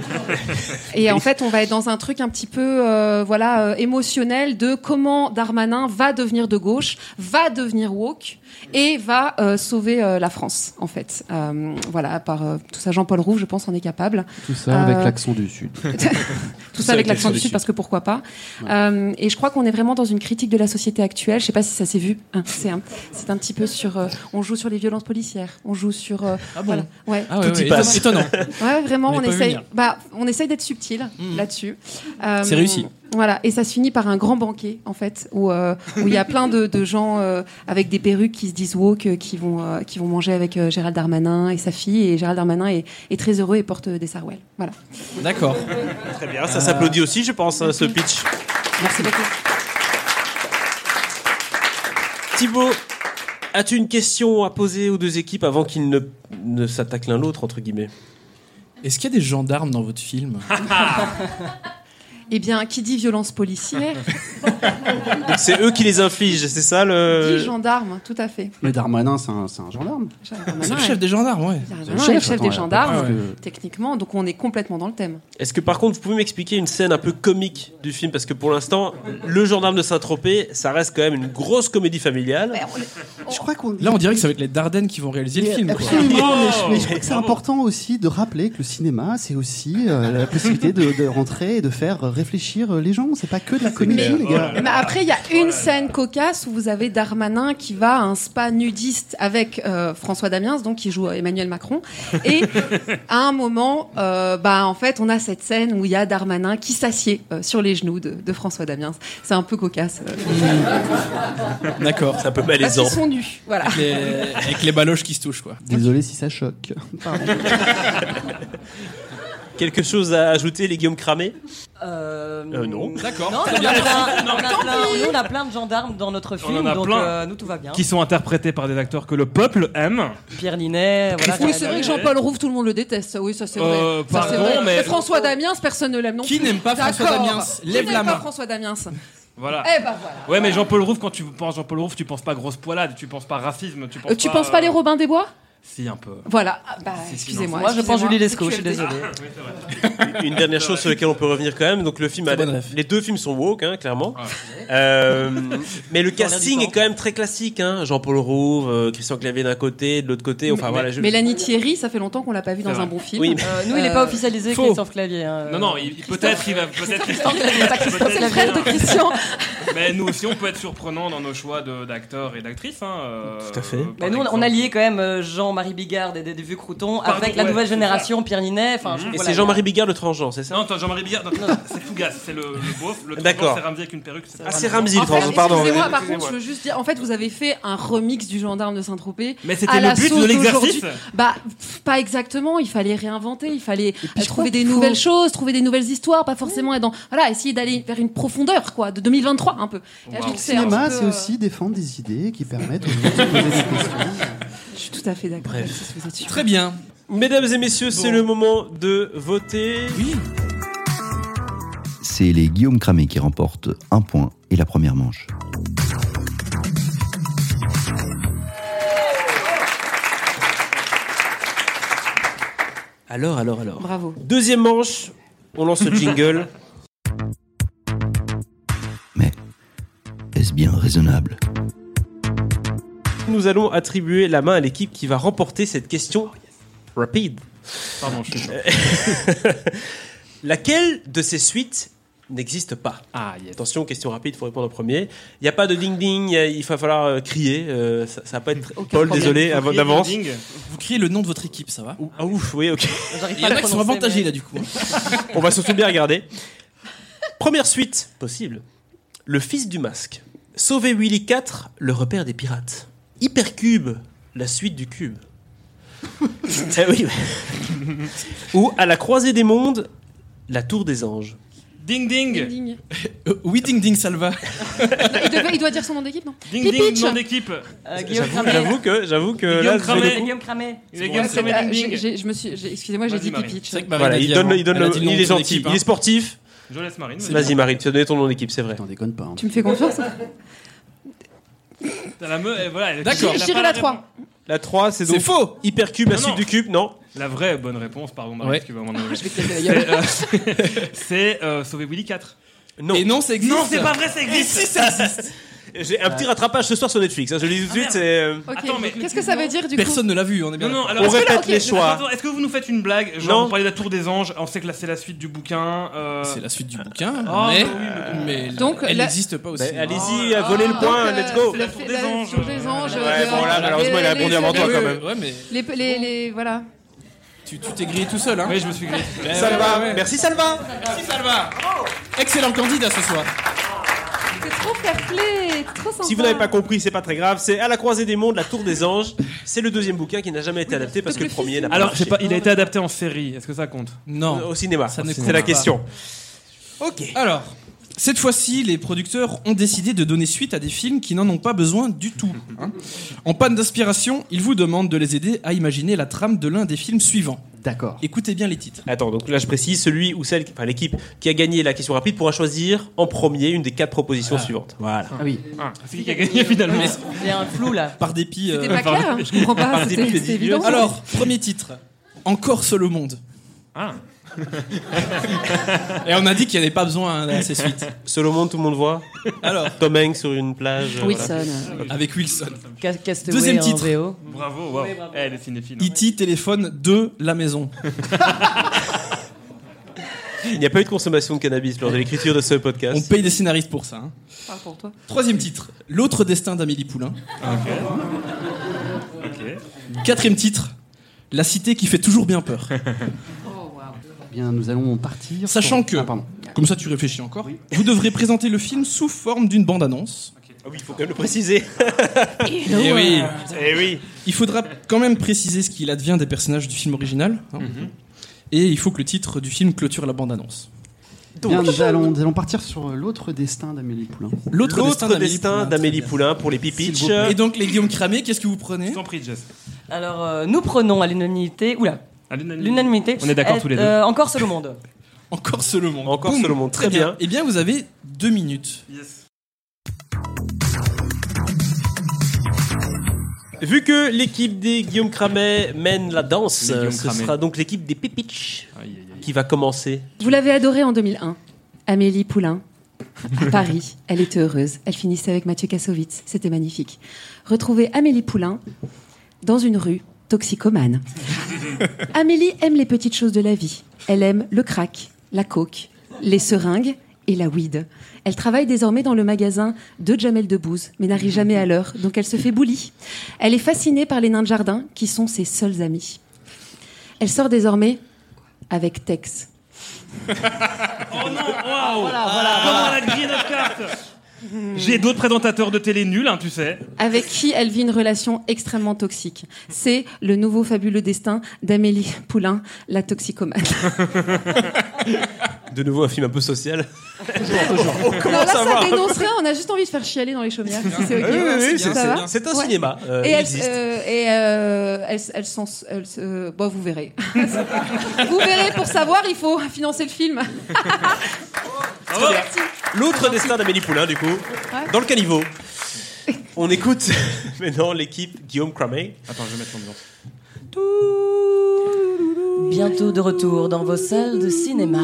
[SPEAKER 5] et en fait, on va être dans un truc un petit peu, euh, voilà, euh, émotionnel de comment Darmanin va devenir de gauche, va devenir woke et va euh, sauver euh, la France en fait. Euh, voilà, par euh, tout ça, Jean-Paul Rouve, je pense, en est capable.
[SPEAKER 8] Tout ça avec
[SPEAKER 5] Euh,
[SPEAKER 8] l'accent du sud.
[SPEAKER 5] Tout ça avec l'accent du Sud, parce que pourquoi pas. Euh, et je crois qu'on est vraiment dans une critique de la société actuelle. Je sais pas si ça s'est vu. Hein, c'est un, c'est un petit peu sur. euh, on joue sur les violences policières. On joue sur. euh,
[SPEAKER 4] Ah bon
[SPEAKER 5] voilà. Ouais.
[SPEAKER 4] Ah ouais,
[SPEAKER 3] Tout y
[SPEAKER 4] ouais,
[SPEAKER 3] passe.
[SPEAKER 4] étonnant.
[SPEAKER 5] Ouais, vraiment,
[SPEAKER 4] On
[SPEAKER 5] on,
[SPEAKER 4] l'a pas vu
[SPEAKER 5] essaye.
[SPEAKER 4] venir.
[SPEAKER 5] Bah, on essaye d'être subtil là-dessus. Euh,
[SPEAKER 4] C'est réussi.
[SPEAKER 5] Voilà, et ça se finit par un grand banquet en fait, où euh, où il y a plein de, de gens euh, avec des perruques qui se disent woke, euh, qui vont euh, qui vont manger avec euh, Gérald Darmanin et sa fille, et Gérald Darmanin est, est très heureux et porte euh, des sarouels. Voilà.
[SPEAKER 4] D'accord.
[SPEAKER 3] Très bien, ça s'applaudit aussi, je pense, hein, ce pitch.
[SPEAKER 5] Merci beaucoup.
[SPEAKER 3] Thibaut, as-tu une question à poser aux deux équipes avant qu'ils ne, ne s'attaquent l'un l'autre, entre guillemets
[SPEAKER 4] Est-ce qu'il y a des gendarmes dans votre film
[SPEAKER 5] Eh bien, qui dit violence policière
[SPEAKER 3] Donc c'est eux qui les infligent, c'est ça
[SPEAKER 5] Dix
[SPEAKER 8] Euh,
[SPEAKER 3] le.
[SPEAKER 5] gendarmes, tout à fait.
[SPEAKER 8] Mais Darmanin, c'est un, c'est un gendarme.
[SPEAKER 4] C'est
[SPEAKER 3] Ah,
[SPEAKER 4] le chef des gendarmes, ouais.
[SPEAKER 8] C'est
[SPEAKER 5] Darmanin
[SPEAKER 8] le
[SPEAKER 5] est le
[SPEAKER 8] chef,
[SPEAKER 5] chef
[SPEAKER 8] attends,
[SPEAKER 5] des
[SPEAKER 8] là.
[SPEAKER 5] gendarmes,
[SPEAKER 8] Ah ouais.
[SPEAKER 5] techniquement, donc on est complètement dans le thème.
[SPEAKER 3] Est-ce que par contre, vous pouvez m'expliquer une scène un peu comique du film Parce que pour l'instant, le gendarme de Saint-Tropez, ça reste quand même une grosse comédie familiale.
[SPEAKER 8] Je crois qu'on.
[SPEAKER 4] Là, on dirait que ça va être les Dardennes qui vont réaliser le
[SPEAKER 8] Mais
[SPEAKER 4] film. quoi.
[SPEAKER 8] Absolument, mais je, mais je crois que c'est important aussi de rappeler que le cinéma, c'est aussi euh, la possibilité de, de rentrer et de faire réfléchir euh, les gens. C'est pas que de la comédie, les gars.
[SPEAKER 5] Mais Eh ben, après, il y a une scène cocasse où vous avez Darmanin qui va à un spa nudiste avec euh, François Damiens, donc qui joue euh, Emmanuel Macron. Et à un moment, euh, bah, en fait, on a cette scène où il y a Darmanin qui s'assied euh, sur les genoux de, de François Damiens. C'est un peu cocasse. euh,
[SPEAKER 4] D'accord.
[SPEAKER 3] C'est un peu
[SPEAKER 5] parce qu'ils
[SPEAKER 3] malaisant.
[SPEAKER 5] sont nus, voilà.
[SPEAKER 4] Avec les- Avec les baloches qui se touchent, quoi.
[SPEAKER 8] Désolé si ça choque.
[SPEAKER 3] Quelque chose à ajouter, les Guillaume Cramé
[SPEAKER 7] Euh,
[SPEAKER 3] Euh, non.
[SPEAKER 4] D'accord.
[SPEAKER 7] Non, on a plein, on a plein, nous, on a plein de gendarmes dans notre
[SPEAKER 6] en
[SPEAKER 7] film,
[SPEAKER 6] a
[SPEAKER 7] donc
[SPEAKER 6] plein.
[SPEAKER 7] euh, nous tout va bien.
[SPEAKER 6] Qui sont interprétés par des acteurs que le peuple aime.
[SPEAKER 7] Pierre Ninet, voilà.
[SPEAKER 5] Oui,
[SPEAKER 7] Gérald
[SPEAKER 5] c'est vrai que
[SPEAKER 7] Darmanin.
[SPEAKER 5] Jean-Paul Rouve, tout le monde le déteste. Oui, ça c'est
[SPEAKER 6] Euh,
[SPEAKER 5] vrai. Ça, c'est
[SPEAKER 6] pardon,
[SPEAKER 5] vrai.
[SPEAKER 6] mais-
[SPEAKER 5] François Damiens, personne ne l'aime non
[SPEAKER 4] Qui
[SPEAKER 5] plus.
[SPEAKER 4] n'aime pas François
[SPEAKER 5] D'accord.
[SPEAKER 4] Damiens
[SPEAKER 5] Qui
[SPEAKER 4] Lève
[SPEAKER 5] n'aime
[SPEAKER 4] la
[SPEAKER 5] pas
[SPEAKER 4] main.
[SPEAKER 5] François Damiens
[SPEAKER 6] Voilà.
[SPEAKER 5] Eh ben voilà.
[SPEAKER 6] Ouais, mais Jean-Paul Rouve, quand tu penses Jean-Paul Rouve, tu penses pas grosse poilade, tu penses pas racisme, tu penses
[SPEAKER 5] Euh, tu penses pas les
[SPEAKER 6] euh,
[SPEAKER 5] Robins des Bois
[SPEAKER 6] Si, un peu.
[SPEAKER 5] Voilà. Ah, Bah,
[SPEAKER 6] Si, si,
[SPEAKER 5] excusez-moi.
[SPEAKER 7] Moi, je pense
[SPEAKER 5] excusez-moi.
[SPEAKER 7] Julie Lescaut, je suis
[SPEAKER 5] QFD.
[SPEAKER 7] désolé.
[SPEAKER 3] Une dernière chose sur laquelle on peut revenir quand même. Donc le film, a-
[SPEAKER 4] bonne ref.
[SPEAKER 3] les deux films sont woke, hein, clairement. Euh, mais le casting est quand même très classique. Hein. Jean-Paul Rouve, euh, Christian Clavier d'un côté, de l'autre côté. Enfin voilà. je-
[SPEAKER 5] Mélanie Thierry, ça fait longtemps qu'on l'a pas vu dans
[SPEAKER 6] vrai.
[SPEAKER 5] un bon film.
[SPEAKER 3] Oui, mais-
[SPEAKER 7] Euh, nous, il n'est pas officialisé
[SPEAKER 6] Faux.
[SPEAKER 7] Christophe Clavier. hein.
[SPEAKER 6] Non, non, il- il- peut-être il va. Peut-être
[SPEAKER 7] Christophe Clavier, pas Christophe
[SPEAKER 5] C'est le frère de
[SPEAKER 7] Clavier.
[SPEAKER 5] euh, Christian.
[SPEAKER 6] Mais nous aussi, on peut être surprenant dans nos choix de- d'acteurs et d'actrices. Hein, euh,
[SPEAKER 3] Tout à fait.
[SPEAKER 6] par
[SPEAKER 7] Mais nous, on- on
[SPEAKER 6] exemple.
[SPEAKER 7] a lié quand même euh, Jean-Marie Bigard et des, des vieux croutons
[SPEAKER 6] Pardon,
[SPEAKER 7] avec la
[SPEAKER 6] ouais,
[SPEAKER 7] nouvelle
[SPEAKER 6] c'est ça.
[SPEAKER 7] génération, Pierre Ninet. Enfin, je-
[SPEAKER 3] Et
[SPEAKER 7] voilà,
[SPEAKER 3] c'est Jean-Marie Bigard le transgenre, c'est ça
[SPEAKER 6] Non, attends, Jean-Marie Bigard, non, non, c'est Fougas, c'est le, le beauf, le
[SPEAKER 3] D'accord.
[SPEAKER 6] transgenre, c'est Ramsey avec une perruque.
[SPEAKER 3] Ah, c'est Ramsey le
[SPEAKER 5] En fait,
[SPEAKER 3] transgenre, pardon.
[SPEAKER 5] Excusez-moi, par
[SPEAKER 6] Excusez-moi.
[SPEAKER 5] contre, je veux juste dire, en fait, vous avez fait un remix du gendarme de Saint-Tropez.
[SPEAKER 6] Mais
[SPEAKER 5] à
[SPEAKER 6] c'était
[SPEAKER 5] la
[SPEAKER 6] le but
[SPEAKER 5] sauce
[SPEAKER 6] de l'exercice
[SPEAKER 5] d'aujourd'hui. Bah, pff, pas exactement. Il fallait réinventer, il fallait euh,
[SPEAKER 8] je
[SPEAKER 5] trouver
[SPEAKER 8] crois
[SPEAKER 5] des
[SPEAKER 8] qu'il faut-
[SPEAKER 5] nouvelles choses, trouver des nouvelles histoires, pas forcément être dans. Voilà, essayer d'aller vers une profondeur, quoi, de 2023, un peu. Et là, je trouve
[SPEAKER 8] Le
[SPEAKER 5] que c'est un
[SPEAKER 8] cinéma,
[SPEAKER 5] petit peu,
[SPEAKER 8] c'est
[SPEAKER 5] euh,
[SPEAKER 8] aussi défendre des idées qui permettent aux gens de se poser des questions.
[SPEAKER 5] Je suis tout à fait d'accord. avec ce que vous êtes sûr.
[SPEAKER 4] Très bien.
[SPEAKER 3] Mesdames et messieurs, c'est
[SPEAKER 4] Bon.
[SPEAKER 3] le moment de voter.
[SPEAKER 4] Oui.
[SPEAKER 2] C'est les Guillaume Cramé qui remportent un point et la première manche.
[SPEAKER 3] Alors, alors, alors.
[SPEAKER 5] Bravo.
[SPEAKER 3] Deuxième manche, on lance le jingle.
[SPEAKER 2] Est-ce bien raisonnable
[SPEAKER 3] Nous allons attribuer la main à l'équipe qui va remporter cette question rapide.
[SPEAKER 6] Pardon, je suis chaud.
[SPEAKER 3] Laquelle de ces suites n'existe pas
[SPEAKER 6] Ah, yes.
[SPEAKER 3] Attention, question rapide, il faut répondre en premier. Il n'y a pas de ding-ding, il va falloir euh, crier. euh, ça, ça va pas être... Paul,
[SPEAKER 5] problème.
[SPEAKER 3] désolé, avant- d'avance.
[SPEAKER 4] Vous criez le nom de votre équipe, ça va
[SPEAKER 3] Ou- Ah ouf, oui, ok.
[SPEAKER 7] J'arrive
[SPEAKER 4] Il
[SPEAKER 7] pas
[SPEAKER 4] y
[SPEAKER 7] à
[SPEAKER 4] en
[SPEAKER 7] le
[SPEAKER 4] a qui sont
[SPEAKER 7] prononcer,
[SPEAKER 4] avantagés,
[SPEAKER 7] mais-
[SPEAKER 4] là, du coup. hein.
[SPEAKER 3] On va surtout bien regarder. Première suite possible. Le fils du masque. Sauver Willy 4, le repère des pirates. Hypercube, la suite du cube. Eh oui. Ou à la croisée des mondes, la tour des anges.
[SPEAKER 6] Ding ding
[SPEAKER 5] Ding, ding.
[SPEAKER 4] Euh, oui, ding ding, Salva.
[SPEAKER 5] Il, devait- il doit dire son nom d'équipe, non
[SPEAKER 6] Ding ding,
[SPEAKER 5] Pipitch.
[SPEAKER 6] nom d'équipe
[SPEAKER 7] Euh, Guillaume
[SPEAKER 3] J'avoue
[SPEAKER 7] Cramet.
[SPEAKER 3] j'avoue que, j'avoue que
[SPEAKER 6] Guillaume
[SPEAKER 3] là,
[SPEAKER 7] Guillaume
[SPEAKER 3] c'est
[SPEAKER 6] Cramet.
[SPEAKER 3] le
[SPEAKER 7] Cramet,
[SPEAKER 3] coup.
[SPEAKER 7] Guillaume Cramet.
[SPEAKER 6] Les gars,
[SPEAKER 4] bon,
[SPEAKER 6] c'est
[SPEAKER 5] Ah,
[SPEAKER 6] ding
[SPEAKER 5] j'ai-
[SPEAKER 6] ding
[SPEAKER 5] j'ai- je me suis, j'ai- excusez-moi, j'ai
[SPEAKER 6] Vas-y,
[SPEAKER 5] dit
[SPEAKER 6] Marie.
[SPEAKER 5] Pipitch.
[SPEAKER 4] C'est vrai que Marine
[SPEAKER 3] Voilà,
[SPEAKER 4] Ah, a
[SPEAKER 3] il
[SPEAKER 4] dit
[SPEAKER 3] donne,
[SPEAKER 4] avant.
[SPEAKER 3] il donne
[SPEAKER 4] Elle a
[SPEAKER 3] le-
[SPEAKER 4] dit le nom
[SPEAKER 3] il
[SPEAKER 4] de
[SPEAKER 3] est
[SPEAKER 4] son
[SPEAKER 3] gentil,
[SPEAKER 4] équipe,
[SPEAKER 3] il
[SPEAKER 4] hein.
[SPEAKER 3] est sportif.
[SPEAKER 6] Je laisse Marine.
[SPEAKER 4] C'est
[SPEAKER 3] Vas-y Marine, tu as donné ton nom d'équipe, c'est vrai.
[SPEAKER 8] T'en déconne pas. hein.
[SPEAKER 5] Tu me fais confiance
[SPEAKER 6] T'as la meuf, et voilà, elle-
[SPEAKER 4] D'accord.
[SPEAKER 6] elle a
[SPEAKER 5] J'irai
[SPEAKER 6] pas
[SPEAKER 5] la 3.
[SPEAKER 3] La 3, c'est
[SPEAKER 4] C'est
[SPEAKER 3] donc
[SPEAKER 4] faux
[SPEAKER 3] Hypercube, la
[SPEAKER 6] Non,
[SPEAKER 3] suite
[SPEAKER 6] non.
[SPEAKER 3] du cube, non
[SPEAKER 6] La vraie bonne réponse, pardon Marine,
[SPEAKER 4] Ouais.
[SPEAKER 6] parce que vraiment,
[SPEAKER 5] Ah,
[SPEAKER 6] non, C'est, euh, C'est euh, Sauver Willy 4.
[SPEAKER 3] Non.
[SPEAKER 4] Et non, ça existe.
[SPEAKER 6] Non, c'est pas vrai, ça
[SPEAKER 4] Et
[SPEAKER 6] existe
[SPEAKER 4] si, ça existe.
[SPEAKER 3] J'ai un petit rattrapage ce soir sur Netflix, hein, je le dis tout de suite,
[SPEAKER 6] merde.
[SPEAKER 3] c'est... euh,
[SPEAKER 5] Ok.
[SPEAKER 6] Attends, mais-
[SPEAKER 5] Qu'est-ce que ça veut dire du
[SPEAKER 4] Personne ne l'a vu, on est bien.
[SPEAKER 6] Non, non,
[SPEAKER 4] d'accord.
[SPEAKER 6] alors.
[SPEAKER 3] On
[SPEAKER 6] est-ce que-
[SPEAKER 3] répète
[SPEAKER 5] ok,
[SPEAKER 3] les choix.
[SPEAKER 6] Attends, Est-ce que vous nous faites une blague Genre,
[SPEAKER 3] Non.
[SPEAKER 6] vous parlez de la Tour des Anges, on sait que là c'est la suite du bouquin. euh,
[SPEAKER 4] C'est la suite du bouquin,
[SPEAKER 6] Oh,
[SPEAKER 4] mais,
[SPEAKER 6] oui, mais bon.
[SPEAKER 4] mais
[SPEAKER 5] Donc,
[SPEAKER 4] elle
[SPEAKER 5] la-
[SPEAKER 4] n'existe pas aussi.
[SPEAKER 3] Bah, Allez-y,
[SPEAKER 6] là.
[SPEAKER 3] volez le
[SPEAKER 5] Ah,
[SPEAKER 3] point,
[SPEAKER 5] donc,
[SPEAKER 3] let's
[SPEAKER 5] euh,
[SPEAKER 3] go
[SPEAKER 5] la
[SPEAKER 6] Tour
[SPEAKER 5] fée-
[SPEAKER 6] des
[SPEAKER 5] la
[SPEAKER 6] anges.
[SPEAKER 5] Tour des anges.
[SPEAKER 3] Ouais,
[SPEAKER 5] euh,
[SPEAKER 3] bon, là, malheureusement, il a
[SPEAKER 5] les-
[SPEAKER 3] répondu avant
[SPEAKER 5] les-
[SPEAKER 3] toi,
[SPEAKER 4] Oui,
[SPEAKER 3] quand
[SPEAKER 4] oui,
[SPEAKER 3] même.
[SPEAKER 4] Ouais, mais
[SPEAKER 5] Les, les, les- voilà.
[SPEAKER 4] tu tu t'es grillé tout seul, hein.
[SPEAKER 6] Oui, je me suis grillé.
[SPEAKER 3] Salva,
[SPEAKER 4] Ouais, ouais, ouais.
[SPEAKER 3] merci Salva
[SPEAKER 4] Merci, Salva. Excellent candidat ce soir.
[SPEAKER 5] C'est trop fair play, c'est trop sympa.
[SPEAKER 3] Si vous n'avez pas compris, c'est pas très grave, c'est À la croisée des mondes, La Tour des Anges, c'est le deuxième bouquin qui n'a jamais été adapté parce que le
[SPEAKER 5] parce que le
[SPEAKER 3] premier
[SPEAKER 5] film-
[SPEAKER 3] n'a pas
[SPEAKER 6] Alors, je
[SPEAKER 3] marché.
[SPEAKER 6] sais pas, il a été adapté en série, est-ce que ça compte
[SPEAKER 3] Euh,
[SPEAKER 4] Non.
[SPEAKER 3] Au cinéma,
[SPEAKER 4] Ça ne
[SPEAKER 3] c'est
[SPEAKER 4] compte
[SPEAKER 3] la
[SPEAKER 4] pas.
[SPEAKER 3] question. Ok.
[SPEAKER 4] Alors, cette fois-ci, les producteurs ont décidé de donner suite à des films qui n'en ont pas besoin du tout. hein. En panne d'inspiration, ils vous demandent de les aider à imaginer la trame de l'un des films suivants.
[SPEAKER 8] D'accord.
[SPEAKER 4] Écoutez bien les titres.
[SPEAKER 3] Attends, donc là je précise, celui ou celle, enfin l'équipe qui a gagné la question rapide pourra choisir en premier une des quatre propositions suivantes. Voilà.
[SPEAKER 8] Ah oui.
[SPEAKER 6] Ah, C'est qui qui a gagné finalement
[SPEAKER 7] Il y a un flou là.
[SPEAKER 4] Par dépit. euh,
[SPEAKER 5] C'était pas clair, hein, je comprends pas,
[SPEAKER 3] début,
[SPEAKER 5] c'était
[SPEAKER 3] t'es
[SPEAKER 5] c'était
[SPEAKER 3] idiot.
[SPEAKER 5] évident.
[SPEAKER 4] Alors, premier titre. Encore seul au monde.
[SPEAKER 6] Ah.
[SPEAKER 4] Et on a dit qu'il n'y en avait pas besoin hein, à ces suites.
[SPEAKER 3] Solomon, tout le monde voit
[SPEAKER 4] Alors,
[SPEAKER 3] Tom Hanks sur une plage. euh, voilà.
[SPEAKER 5] Wilson.
[SPEAKER 4] avec Wilson.
[SPEAKER 7] Ca- Castaway
[SPEAKER 4] Deuxième
[SPEAKER 7] en
[SPEAKER 4] titre.
[SPEAKER 7] VO.
[SPEAKER 6] Bravo, wow.
[SPEAKER 7] Oui, bravo.
[SPEAKER 6] Eh, les cinéphiles. hein.
[SPEAKER 4] E.T. téléphone de la maison.
[SPEAKER 3] Il n'y a pas eu de consommation de cannabis lors de l'écriture de ce
[SPEAKER 4] On
[SPEAKER 3] podcast.
[SPEAKER 4] paye des scénaristes pour ça. hein.
[SPEAKER 5] Parle pour toi.
[SPEAKER 4] Troisième titre. L'autre destin d'Amélie Poulain.
[SPEAKER 6] Ok.
[SPEAKER 4] Quatrième titre. La cité qui fait toujours bien peur.
[SPEAKER 8] Eh Bien, nous allons partir.
[SPEAKER 4] Sachant
[SPEAKER 8] sur-
[SPEAKER 4] que-
[SPEAKER 8] Ah, pardon.
[SPEAKER 4] Comme ça, tu réfléchis encore. Vous devrez présenter le film sous forme d'une bande-annonce.
[SPEAKER 3] Ah oui, il faut quand même le préciser.
[SPEAKER 5] Oh.
[SPEAKER 4] Eh oui.
[SPEAKER 3] Eh oui.
[SPEAKER 4] Il faudra quand même préciser ce qu'il advient des personnages du film original. hein. Et il faut que le titre du film clôture la bande-annonce.
[SPEAKER 8] Eh Bien, nous allons, nous allons partir sur l'autre destin d'Amélie Poulain.
[SPEAKER 4] L'autre
[SPEAKER 3] L'autre destin
[SPEAKER 4] Poulain,
[SPEAKER 3] d'Amélie
[SPEAKER 4] très bien.
[SPEAKER 3] Poulain pour les
[SPEAKER 4] S'il vous
[SPEAKER 3] pipitch.
[SPEAKER 4] plaît. Et donc, les Guillaume Cramé, qu'est-ce que vous
[SPEAKER 6] Je
[SPEAKER 4] prenez
[SPEAKER 6] t'en prie, Jess.
[SPEAKER 7] Alors, euh, nous prenons à l'unanimité. Oula,
[SPEAKER 6] À l'unanimité.
[SPEAKER 7] l'unanimité.
[SPEAKER 6] On est d'accord
[SPEAKER 7] euh,
[SPEAKER 6] tous les deux.
[SPEAKER 7] euh, encore seul au monde.
[SPEAKER 4] Encore Solomon.
[SPEAKER 3] Encore
[SPEAKER 4] Boum.
[SPEAKER 3] Solomon, très bien.
[SPEAKER 4] Eh bien, vous avez deux minutes.
[SPEAKER 6] Yes.
[SPEAKER 3] Vu que l'équipe des Guillaume Cramet mène la danse,
[SPEAKER 6] Les Guillaume
[SPEAKER 3] euh, ce
[SPEAKER 6] Cramet.
[SPEAKER 3] sera donc l'équipe des pipitch
[SPEAKER 6] Aïe, aïe, aïe.
[SPEAKER 3] qui va commencer.
[SPEAKER 5] Vous l'avez adorée en 2001, Amélie Poulain. À Paris, elle était heureuse. Elle finissait avec Mathieu Kassovitz. C'était magnifique. Retrouvez Amélie Poulain dans une rue toxicomane. Amélie aime les petites choses de la vie. Elle aime le crack, la coke, les seringues et la weed. Elle travaille désormais dans le magasin de Jamel Debbouze, mais n'arrive jamais à l'heure, donc elle se fait bully. Elle est fascinée par les nains de jardin, qui sont ses seuls amis. Elle sort désormais avec Tex.
[SPEAKER 6] Oh non, waouh Voilà, voilà. Comment on a grillé notre carte J'ai d'autres présentateurs de télé nuls, hein, tu sais.
[SPEAKER 5] avec qui elle vit une relation extrêmement toxique. C'est le nouveau fabuleux destin d'Amélie Poulain, la toxicomane.
[SPEAKER 3] De nouveau, un film un peu social.
[SPEAKER 5] Non, là, ça dénonce rien, on a juste envie de faire chialer dans les chaumières, si c'est ok.
[SPEAKER 3] Oui, oui, oui, c'est-
[SPEAKER 5] Ça va
[SPEAKER 3] c'est- c'est un
[SPEAKER 5] Ouais.
[SPEAKER 3] cinéma. euh,
[SPEAKER 5] Et
[SPEAKER 3] il
[SPEAKER 5] elle,
[SPEAKER 3] existe.
[SPEAKER 5] euh, et euh, elle, elle s'en- elle se- euh, bon, vous verrez. vous verrez, pour savoir, il faut financer le film.
[SPEAKER 3] Très bien. L'autre destin d'Amélie Poulain, du coup, dans le caniveau. On écoute maintenant l'équipe Guillaume Cramet.
[SPEAKER 6] Attends, je vais mettre l'ambiance.
[SPEAKER 7] Bientôt de retour dans vos salles de cinéma.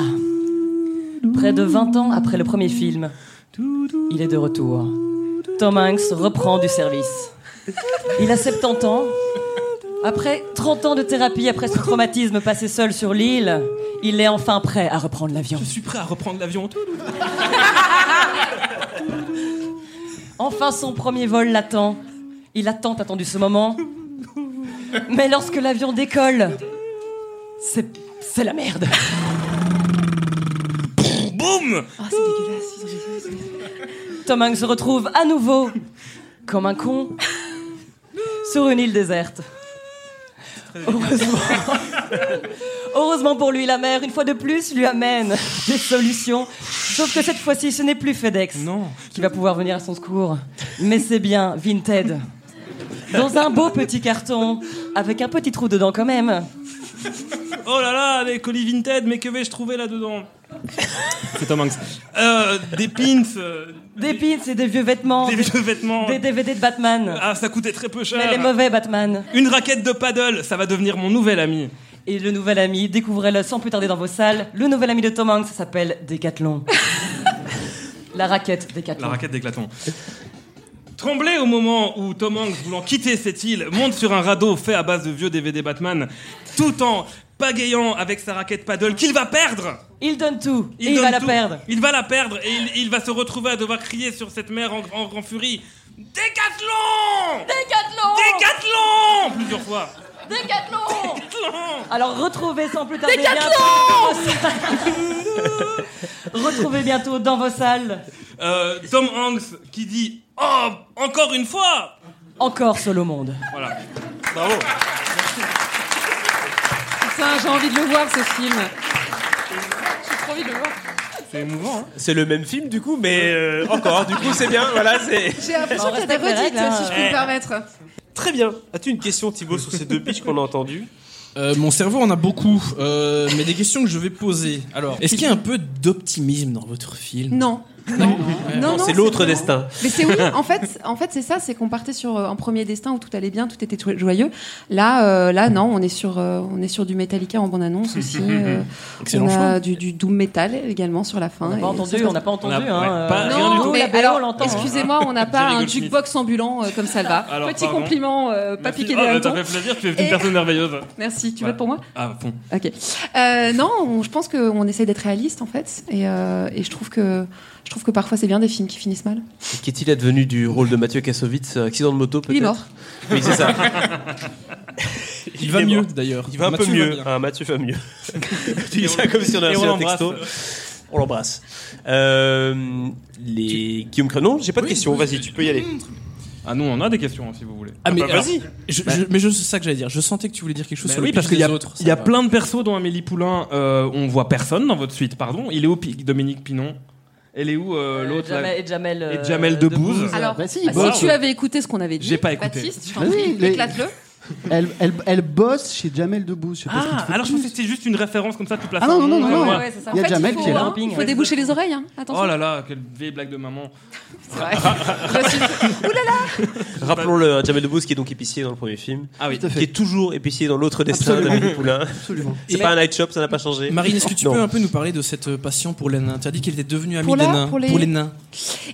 [SPEAKER 7] Près de 20 ans après le premier film, il est de retour. Tom Hanks reprend du service. Il a 70 ans. Après 30 ans de thérapie, après son traumatisme passé seul sur l'île, il est enfin prêt à reprendre l'avion.
[SPEAKER 4] Je suis prêt à reprendre l'avion.
[SPEAKER 7] Enfin, son premier vol l'attend. Il a tant attendu ce moment. Mais lorsque l'avion décolle, c'est, c'est la merde.
[SPEAKER 6] Boum
[SPEAKER 5] Oh, c'est dégueulasse. ils ont fait ça, c'est-
[SPEAKER 7] Tom Hanks se retrouve à nouveau, comme un con, sur une île déserte. Heureusement, heureusement pour lui, la mer, une fois de plus, lui amène des solutions Sauf que cette fois-ci, ce n'est plus FedEx
[SPEAKER 6] Non.
[SPEAKER 7] qui va pouvoir venir à son secours, mais c'est bien Vinted. Dans un beau petit carton, avec un petit trou dedans quand même.
[SPEAKER 6] Oh là là, les colis Vinted, mais que vais-je trouver là-dedans C'est Tom Hanks. Euh, des pins, euh,
[SPEAKER 7] Des pins et des vieux vêtements,
[SPEAKER 6] des
[SPEAKER 7] des,
[SPEAKER 6] vieux vêtements.
[SPEAKER 7] des DVD de Batman.
[SPEAKER 6] Ah, ça coûtait très peu cher.
[SPEAKER 7] Mais les mauvais Batman.
[SPEAKER 6] Une raquette de paddle, ça va devenir mon nouvel ami.
[SPEAKER 7] Et le nouvel ami, découvrez-le sans plus tarder dans vos salles. Le nouvel ami de Tom Hanks s'appelle Décathlon. La raquette
[SPEAKER 6] La
[SPEAKER 7] Décathlon.
[SPEAKER 6] raquette d'éclaton. Tremblay au moment où Tom Hanks, voulant quitter cette île, monte sur un radeau fait à base de vieux DVD Batman, tout en pagayant avec sa raquette paddle qu'il va perdre
[SPEAKER 7] Il donne tout et il
[SPEAKER 6] donne
[SPEAKER 7] va la
[SPEAKER 6] tout.
[SPEAKER 7] perdre.
[SPEAKER 6] Il va la perdre et il, il va se retrouver à devoir crier sur cette mer en, en, en furie Décathlon
[SPEAKER 7] Décathlon
[SPEAKER 6] Décathlon Plusieurs fois.
[SPEAKER 7] Décathlon
[SPEAKER 6] Décathlon
[SPEAKER 7] Alors retrouvez sans plus tarder bientôt dans vos salles. retrouvez bientôt dans vos salles.
[SPEAKER 6] Euh, Tom Hanks qui dit Oh, encore une fois
[SPEAKER 7] Encore seul au monde.
[SPEAKER 6] Voilà. Bravo.
[SPEAKER 5] Putain, j'ai envie de le voir ce film. J'ai trop envie de le voir.
[SPEAKER 6] C'est émouvant. hein.
[SPEAKER 3] C'est le même film du coup, mais euh, encore. Du coup, c'est bien. Voilà, c'est
[SPEAKER 5] J'ai l'impression
[SPEAKER 7] On
[SPEAKER 5] qu'il y a
[SPEAKER 7] reste
[SPEAKER 5] des
[SPEAKER 7] avec les
[SPEAKER 5] redites,
[SPEAKER 7] règles, hein.
[SPEAKER 5] si je puis me permettre.
[SPEAKER 3] très bien. As-tu une question, Thibaut, sur ces deux pitchs qu'on a entendus
[SPEAKER 4] Euh, mon cerveau en a beaucoup, euh, mais des questions que je vais poser. Alors, est-ce qu'il y a un peu d'optimisme dans votre film
[SPEAKER 5] Non. Non, non,
[SPEAKER 3] C'est l'autre
[SPEAKER 5] vraiment-
[SPEAKER 3] destin.
[SPEAKER 5] Mais c'est oui, en fait, en fait c'est ça, c'est qu'on partait sur euh, un premier destin où tout allait bien, tout était jo- joyeux. Là, euh, là non, on est sur, euh, on est sur du Metallica en bande annonce aussi. euh,
[SPEAKER 4] Excellent
[SPEAKER 5] on a
[SPEAKER 4] choix.
[SPEAKER 5] du, du doom metal également sur la fin.
[SPEAKER 7] On n'a
[SPEAKER 5] et
[SPEAKER 7] pas
[SPEAKER 5] ça,
[SPEAKER 7] entendu,
[SPEAKER 5] ça-
[SPEAKER 7] on n'a pas entendu.
[SPEAKER 6] On a- ouais,
[SPEAKER 7] hein,
[SPEAKER 6] pas
[SPEAKER 7] euh,
[SPEAKER 6] rien
[SPEAKER 7] la
[SPEAKER 6] du
[SPEAKER 5] non,
[SPEAKER 7] BO,
[SPEAKER 5] mais
[SPEAKER 7] la BO,
[SPEAKER 5] alors,
[SPEAKER 7] on l'entend. hein.
[SPEAKER 5] excusez-moi, on n'a pas
[SPEAKER 6] Jerry
[SPEAKER 5] un
[SPEAKER 6] Goldsmith.
[SPEAKER 5] jukebox ambulant euh, comme ça le va.
[SPEAKER 6] Alors,
[SPEAKER 5] Petit
[SPEAKER 6] pardon.
[SPEAKER 5] compliment, euh, pas
[SPEAKER 6] Merci.
[SPEAKER 5] piqué
[SPEAKER 6] Oh,
[SPEAKER 5] des
[SPEAKER 6] mais
[SPEAKER 5] hannetons.
[SPEAKER 6] T'as fait plaisir, tu es une
[SPEAKER 5] Et-
[SPEAKER 6] personne merveilleuse.
[SPEAKER 5] Merci, tu
[SPEAKER 6] Voilà.
[SPEAKER 5] veux pour moi
[SPEAKER 6] Ah, bon.
[SPEAKER 5] Ok. Euh, non, on- je pense qu'on essaie d'être réaliste en fait, et, euh, et je trouve que je trouve que parfois c'est bien des films qui finissent mal.
[SPEAKER 3] Qu'est-il advenu du rôle de Mathieu Kassovitz euh, Accident de moto, peut-être
[SPEAKER 5] Il est mort.
[SPEAKER 3] Oui, c'est ça.
[SPEAKER 4] Il va
[SPEAKER 3] est
[SPEAKER 4] mieux
[SPEAKER 3] mort.
[SPEAKER 4] d'ailleurs.
[SPEAKER 3] Il va un peu
[SPEAKER 4] Mathieu
[SPEAKER 3] mieux.
[SPEAKER 4] bien.
[SPEAKER 3] Ah, Mathieu va mieux. tu dis
[SPEAKER 6] Et on
[SPEAKER 3] ça comme si on avait
[SPEAKER 6] et on
[SPEAKER 3] reçu un
[SPEAKER 6] l'embrasse.
[SPEAKER 3] texto. On l'embrasse. Euh, les... Guillaume Crenon, j'ai pas de
[SPEAKER 4] Oui,
[SPEAKER 3] questions.
[SPEAKER 4] oui,
[SPEAKER 3] Vas-y, tu peux y aller.
[SPEAKER 6] Ah, nous, on a des questions hein, si vous voulez.
[SPEAKER 4] Ah mais
[SPEAKER 3] bah,
[SPEAKER 4] alors,
[SPEAKER 3] vas-y.
[SPEAKER 4] je- je- mais je c'est ça que j'allais dire. Je sentais que tu voulais dire quelque chose
[SPEAKER 6] Bah
[SPEAKER 4] sur
[SPEAKER 6] oui,
[SPEAKER 4] le
[SPEAKER 6] parce
[SPEAKER 4] pitch
[SPEAKER 6] qu'il y a,
[SPEAKER 4] des autres. ça
[SPEAKER 6] il y a
[SPEAKER 4] va.
[SPEAKER 6] plein de persos dont Amélie Poulain, euh, on voit personne dans votre suite, pardon. Il est où Pi- Dominique Pinon Elle est où euh, l'autre là
[SPEAKER 7] Jamel- et Jamel, euh,
[SPEAKER 6] et Jamel Debbouze.
[SPEAKER 7] Debbouze.
[SPEAKER 5] Alors,
[SPEAKER 8] bah si,
[SPEAKER 5] Ah,
[SPEAKER 8] bosse.
[SPEAKER 5] si tu avais écouté ce qu'on avait dit,
[SPEAKER 6] J'ai pas écouté.
[SPEAKER 5] Baptiste, je t'en
[SPEAKER 8] Bah oui,
[SPEAKER 5] prie,
[SPEAKER 8] mais-
[SPEAKER 5] éclate-le.
[SPEAKER 8] Elle, elle, elle bosse chez Jamel Debbouze. je sais pas ce qu'il te
[SPEAKER 6] Ah,
[SPEAKER 8] fait.
[SPEAKER 6] alors je pensais que c'était juste une référence comme ça, tu places.
[SPEAKER 8] Ah non,
[SPEAKER 6] un
[SPEAKER 8] non, non,
[SPEAKER 6] nom,
[SPEAKER 8] non,
[SPEAKER 6] ouais,
[SPEAKER 8] non.
[SPEAKER 6] ouais.
[SPEAKER 5] c'est ça.
[SPEAKER 8] Il y a
[SPEAKER 5] En fait,
[SPEAKER 8] Jamel
[SPEAKER 5] il
[SPEAKER 8] qui est
[SPEAKER 5] faut,
[SPEAKER 7] là.
[SPEAKER 5] hein, il faut déboucher les oreilles, hein. attention.
[SPEAKER 6] Oh là là, quelle vieille blague de maman.
[SPEAKER 5] C'est vrai. Bah, Je suis-
[SPEAKER 3] Rappelons-le, hein, Jamel Debbouze qui est donc épicier dans le premier film,
[SPEAKER 6] Ah oui.
[SPEAKER 8] Tout à fait.
[SPEAKER 3] qui est toujours épicier dans l'autre destin
[SPEAKER 8] Absolument.
[SPEAKER 3] d'Amélie Poulain.
[SPEAKER 8] Absolument.
[SPEAKER 3] C'est
[SPEAKER 4] Et-
[SPEAKER 3] pas un night shop, ça n'a pas changé.
[SPEAKER 4] Marine, est-ce que tu
[SPEAKER 3] Non.
[SPEAKER 4] peux un peu nous parler de cette euh, passion pour les nains Tu as dit qu'elle était devenue amie
[SPEAKER 5] Pour
[SPEAKER 4] des
[SPEAKER 5] la-
[SPEAKER 4] nains.
[SPEAKER 5] pour les-
[SPEAKER 4] nains.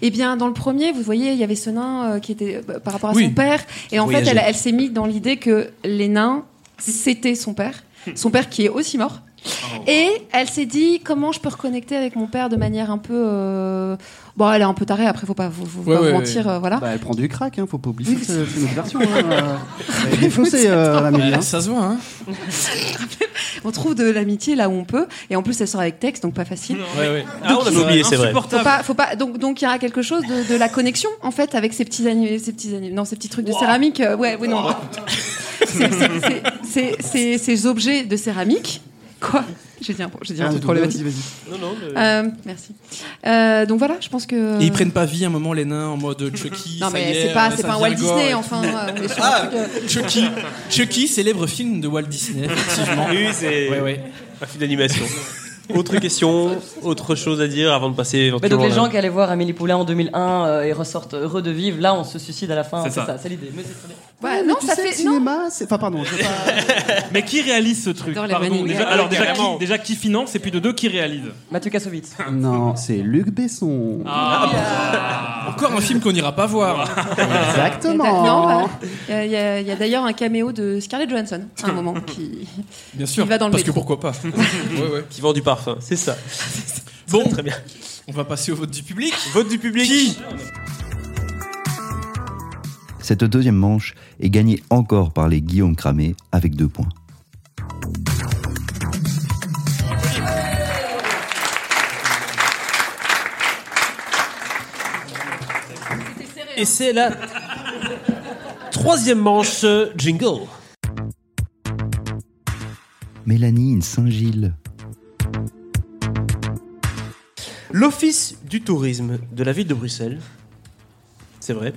[SPEAKER 5] Eh bien, dans le premier, vous voyez, il y avait ce nain euh, qui était euh, par rapport à
[SPEAKER 4] Oui.
[SPEAKER 5] son père. Et en
[SPEAKER 4] Voyager.
[SPEAKER 5] fait, elle, elle s'est mise dans l'idée que les nains, c'était son père. Son père qui est aussi mort. Et elle s'est dit comment je peux reconnecter avec mon père de manière un peu euh, bon elle est un peu tarée après faut pas vous, vous-
[SPEAKER 4] Ouais,
[SPEAKER 5] pas vous
[SPEAKER 4] ouais,
[SPEAKER 5] mentir euh, voilà
[SPEAKER 8] Bah, elle prend du crack, hein, faut pas oublier
[SPEAKER 5] Oui,
[SPEAKER 8] que c'est c'est notre version. Hein, euh, elle est défoncée, euh, Amélie. hein.
[SPEAKER 4] ça se voit, hein
[SPEAKER 5] on trouve de l'amitié là où on peut et en plus elle sort avec texte donc pas facile
[SPEAKER 4] Ouais, ouais.
[SPEAKER 3] Ah, on avait oublié, c'est vrai.
[SPEAKER 5] Faut
[SPEAKER 6] Insupportable.
[SPEAKER 5] pas, faut pas. Donc, donc il y a quelque chose de, de la connexion en fait avec ces petits ani- ces petits ani- non, ces petits trucs de céramique. euh, ouais, oui, non. C'est- c'est- c'est- c'est- c'est- Ces objets de céramique. Quoi J'ai dit un, j'ai dit un
[SPEAKER 8] Ah,
[SPEAKER 5] truc
[SPEAKER 8] vas-y,
[SPEAKER 5] problématique.
[SPEAKER 8] vas-y, vas-y.
[SPEAKER 3] Non, non, mais-
[SPEAKER 5] Euh, merci. Euh, donc voilà, je pense que.
[SPEAKER 4] Et ils prennent pas vie à un moment, les nains, en mode euh, Chucky.
[SPEAKER 5] Non
[SPEAKER 4] ça y
[SPEAKER 5] mais
[SPEAKER 4] est,
[SPEAKER 5] c'est pas,
[SPEAKER 4] euh,
[SPEAKER 5] c'est
[SPEAKER 4] ça
[SPEAKER 5] pas un
[SPEAKER 4] devient
[SPEAKER 5] Walt
[SPEAKER 4] le gore et
[SPEAKER 5] Disney
[SPEAKER 4] tout.
[SPEAKER 5] enfin. euh, on est sur un
[SPEAKER 4] Ah,
[SPEAKER 5] truc, euh,
[SPEAKER 4] Chucky. Chucky, célèbre film de Walt Disney, effectivement.
[SPEAKER 3] Oui, c'est
[SPEAKER 4] Ouais, ouais.
[SPEAKER 3] un film d'animation. autre question, autre chose à dire avant de passer
[SPEAKER 7] Mais
[SPEAKER 3] éventuellement.
[SPEAKER 7] donc les
[SPEAKER 3] à-
[SPEAKER 7] gens qui allaient voir Amélie Poulain en 2001 euh, et ressortent heureux de vivre, là on se suicide à la fin,
[SPEAKER 6] C'est
[SPEAKER 7] c'est
[SPEAKER 6] ça.
[SPEAKER 7] ça, c'est l'idée. Mais c'est très bien.
[SPEAKER 5] bah,
[SPEAKER 8] Ouais, mais
[SPEAKER 5] non,
[SPEAKER 8] tu
[SPEAKER 5] ça
[SPEAKER 8] sais, le
[SPEAKER 5] fait. Non.
[SPEAKER 8] cinéma, c'est. Enfin, pardon. je-
[SPEAKER 6] Mais qui réalise ce truc
[SPEAKER 5] J'adore les
[SPEAKER 6] Pardon.
[SPEAKER 5] running
[SPEAKER 6] Déjà,
[SPEAKER 5] gags.
[SPEAKER 6] alors déjà
[SPEAKER 3] Carrément.
[SPEAKER 6] qui, déjà qui finance et puis de deux qui réalise.
[SPEAKER 7] Mathieu Kassovitz.
[SPEAKER 8] Non, c'est Luc Besson.
[SPEAKER 5] Ah.
[SPEAKER 4] Encore un film qu'on n'ira pas voir.
[SPEAKER 8] Exactement.
[SPEAKER 5] Non, bah. voilà. Il y a- il y a, il y a d'ailleurs un caméo de Scarlett Johansson à un moment qui.
[SPEAKER 4] Bien sûr.
[SPEAKER 5] Il va dans le
[SPEAKER 4] parce que
[SPEAKER 5] métro.
[SPEAKER 4] pourquoi pas. Ouais, ouais.
[SPEAKER 3] qui vend du parfum, c'est ça.
[SPEAKER 4] Bon,
[SPEAKER 3] Très bien.
[SPEAKER 4] on va passer au vote du public.
[SPEAKER 3] Vote du public.
[SPEAKER 4] Qui
[SPEAKER 2] Cette deuxième manche est gagnée encore par les Guillaume Cramé avec deux points.
[SPEAKER 3] Et c'est la troisième manche euh, jingle.
[SPEAKER 2] Mélanie in Saint-Gilles.
[SPEAKER 3] L'Office du tourisme de la ville de Bruxelles, c'est vrai,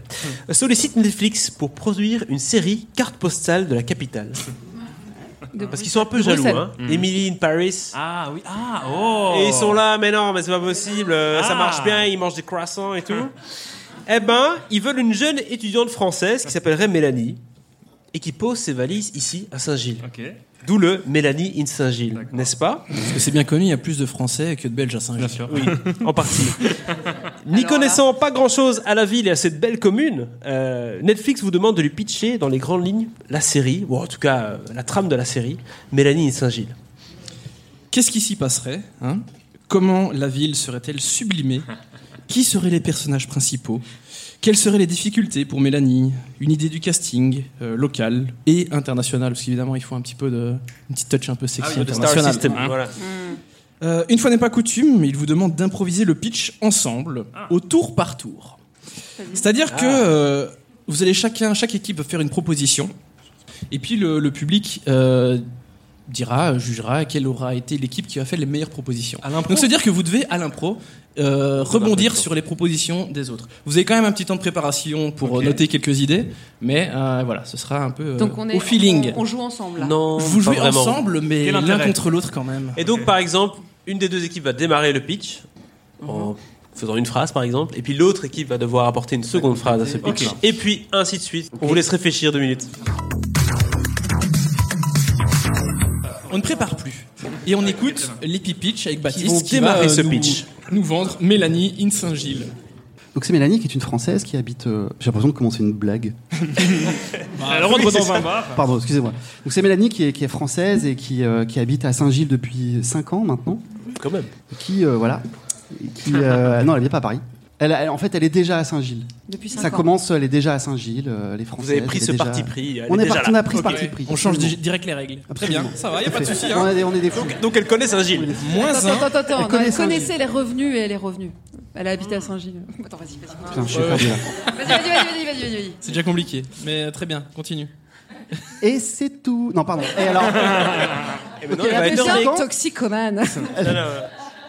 [SPEAKER 3] sollicite Netflix pour produire une série carte postale de la capitale.
[SPEAKER 5] De
[SPEAKER 3] Parce
[SPEAKER 5] Bruxelles.
[SPEAKER 3] qu'ils sont un peu jaloux,
[SPEAKER 5] Bruxelles.
[SPEAKER 3] hein. Emily in Paris.
[SPEAKER 6] Ah oui, ah Mm. oh
[SPEAKER 3] Et ils sont là, mais non, mais c'est pas possible, euh, ça
[SPEAKER 6] Ah.
[SPEAKER 3] marche bien, ils mangent des croissants et tout. eh ben, ils veulent une jeune étudiante française qui s'appellerait Mélanie et qui pose ses valises ici à Saint-Gilles.
[SPEAKER 6] Ok.
[SPEAKER 3] D'où le Mélanie in Saint-Gilles,
[SPEAKER 6] D'accord.
[SPEAKER 3] n'est-ce pas
[SPEAKER 9] Parce que c'est bien connu, il y a plus de Français que de Belges à Saint-Gilles.
[SPEAKER 3] Oui, en partie. N'y
[SPEAKER 5] Alors
[SPEAKER 3] connaissant pas grand-chose à la ville et à cette belle commune, euh, Netflix vous demande de lui pitcher dans les grandes lignes la série, ou en tout cas euh, la trame de la série, Mélanie in Saint-Gilles.
[SPEAKER 4] Qu'est-ce qui s'y passerait hein Comment la ville serait-elle sublimée Qui seraient les personnages principaux Quelles seraient les difficultés pour Mélanie Une idée du casting euh, local et international, parce qu'évidemment il faut un petit peu de une petite touch un peu
[SPEAKER 6] Ah
[SPEAKER 3] Ah
[SPEAKER 4] sexy international. hein.
[SPEAKER 3] voilà.
[SPEAKER 4] Euh, une fois n'est pas coutume, il vous demande d'improviser le pitch ensemble,
[SPEAKER 5] Ah.
[SPEAKER 4] au tour par tour. C'est-à-dire que
[SPEAKER 3] Ah.
[SPEAKER 4] euh, vous allez chacun, chaque équipe va faire une proposition, et puis le, le public euh, dira, jugera quelle aura été l'équipe qui a fait les meilleures propositions. Donc c'est dire que vous devez à l'impro euh, rebondir sur les propositions des autres. Vous avez quand même un petit temps de préparation pour euh, noter quelques idées, mais euh, voilà, ce sera un peu euh,
[SPEAKER 5] Donc on est
[SPEAKER 4] au feeling.
[SPEAKER 5] On, on joue ensemble. Là.
[SPEAKER 3] Non,
[SPEAKER 4] vous
[SPEAKER 3] pas
[SPEAKER 4] jouez
[SPEAKER 3] vraiment.
[SPEAKER 4] ensemble, mais
[SPEAKER 6] Quel
[SPEAKER 4] l'un
[SPEAKER 6] intérêt
[SPEAKER 4] contre l'autre quand même.
[SPEAKER 3] Et donc, par exemple, une des deux équipes va démarrer le pitch en faisant une phrase, par exemple, et puis l'autre équipe va devoir apporter une seconde phrase à ce pitch, et puis ainsi de suite. On vous laisse réfléchir deux minutes.
[SPEAKER 4] On ne prépare plus. Et on écoute l'Epi Pitch avec
[SPEAKER 3] vont
[SPEAKER 4] Baptiste qui va
[SPEAKER 3] démarrer
[SPEAKER 4] euh,
[SPEAKER 3] ce
[SPEAKER 4] nous,
[SPEAKER 3] pitch.
[SPEAKER 4] nous vendre Mélanie in Saint-Gilles.
[SPEAKER 8] Donc c'est Mélanie qui est une Française qui habite. euh, J'ai l'impression de commencer une blague.
[SPEAKER 6] Elle rentre dans un bar.
[SPEAKER 8] Pardon, excusez-moi. Donc c'est Mélanie qui est, qui est française et qui, euh, qui habite à Saint-Gilles depuis 5 ans maintenant.
[SPEAKER 3] Quand même.
[SPEAKER 8] Et Qui, euh, voilà. Et Qui, euh, non, elle vient pas à Paris. Elle, elle- en fait, elle est déjà à Saint-Gilles.
[SPEAKER 5] Depuis cinq
[SPEAKER 8] Ça
[SPEAKER 5] ans.
[SPEAKER 8] commence, elle est déjà à Saint-Gilles. euh, les Français.
[SPEAKER 3] Vous avez pris ce parti pris. elle
[SPEAKER 8] On,
[SPEAKER 3] est
[SPEAKER 8] est
[SPEAKER 3] déjà
[SPEAKER 8] parti,
[SPEAKER 3] là.
[SPEAKER 8] on a pris ce parti pris.
[SPEAKER 4] On change di-
[SPEAKER 8] absolument.
[SPEAKER 4] direct les règles.
[SPEAKER 8] Absolument.
[SPEAKER 4] Très bien, ça va, y a pas de
[SPEAKER 8] Parfait.
[SPEAKER 4] souci.
[SPEAKER 8] On
[SPEAKER 4] hein.
[SPEAKER 8] est, on est des fous.
[SPEAKER 3] Donc elle connaît Saint-Gilles.
[SPEAKER 4] Moins
[SPEAKER 5] Attends,
[SPEAKER 4] un.
[SPEAKER 5] attends, attends,
[SPEAKER 8] Hein Elle
[SPEAKER 5] attends.
[SPEAKER 8] connaît
[SPEAKER 5] Elle
[SPEAKER 8] Saint-Gilles.
[SPEAKER 5] connaissait les revenus et les revenus. Elle a habité à Saint-Gilles. Attends, vas-y, vas-y.
[SPEAKER 8] Putain, je suis perdu, là.
[SPEAKER 5] Vas-y, vas-y, vas-y, vas-y, vas-y, vas-y.
[SPEAKER 4] C'est déjà compliqué, mais euh, très bien, continue.
[SPEAKER 8] Et c'est tout. Non, pardon. Et alors,
[SPEAKER 3] Et maintenant,
[SPEAKER 8] Ok,
[SPEAKER 3] elle
[SPEAKER 8] la
[SPEAKER 3] va être
[SPEAKER 5] Elle
[SPEAKER 8] deuxième-
[SPEAKER 3] dans les-
[SPEAKER 5] devient
[SPEAKER 8] dedans.
[SPEAKER 5] toxicomane.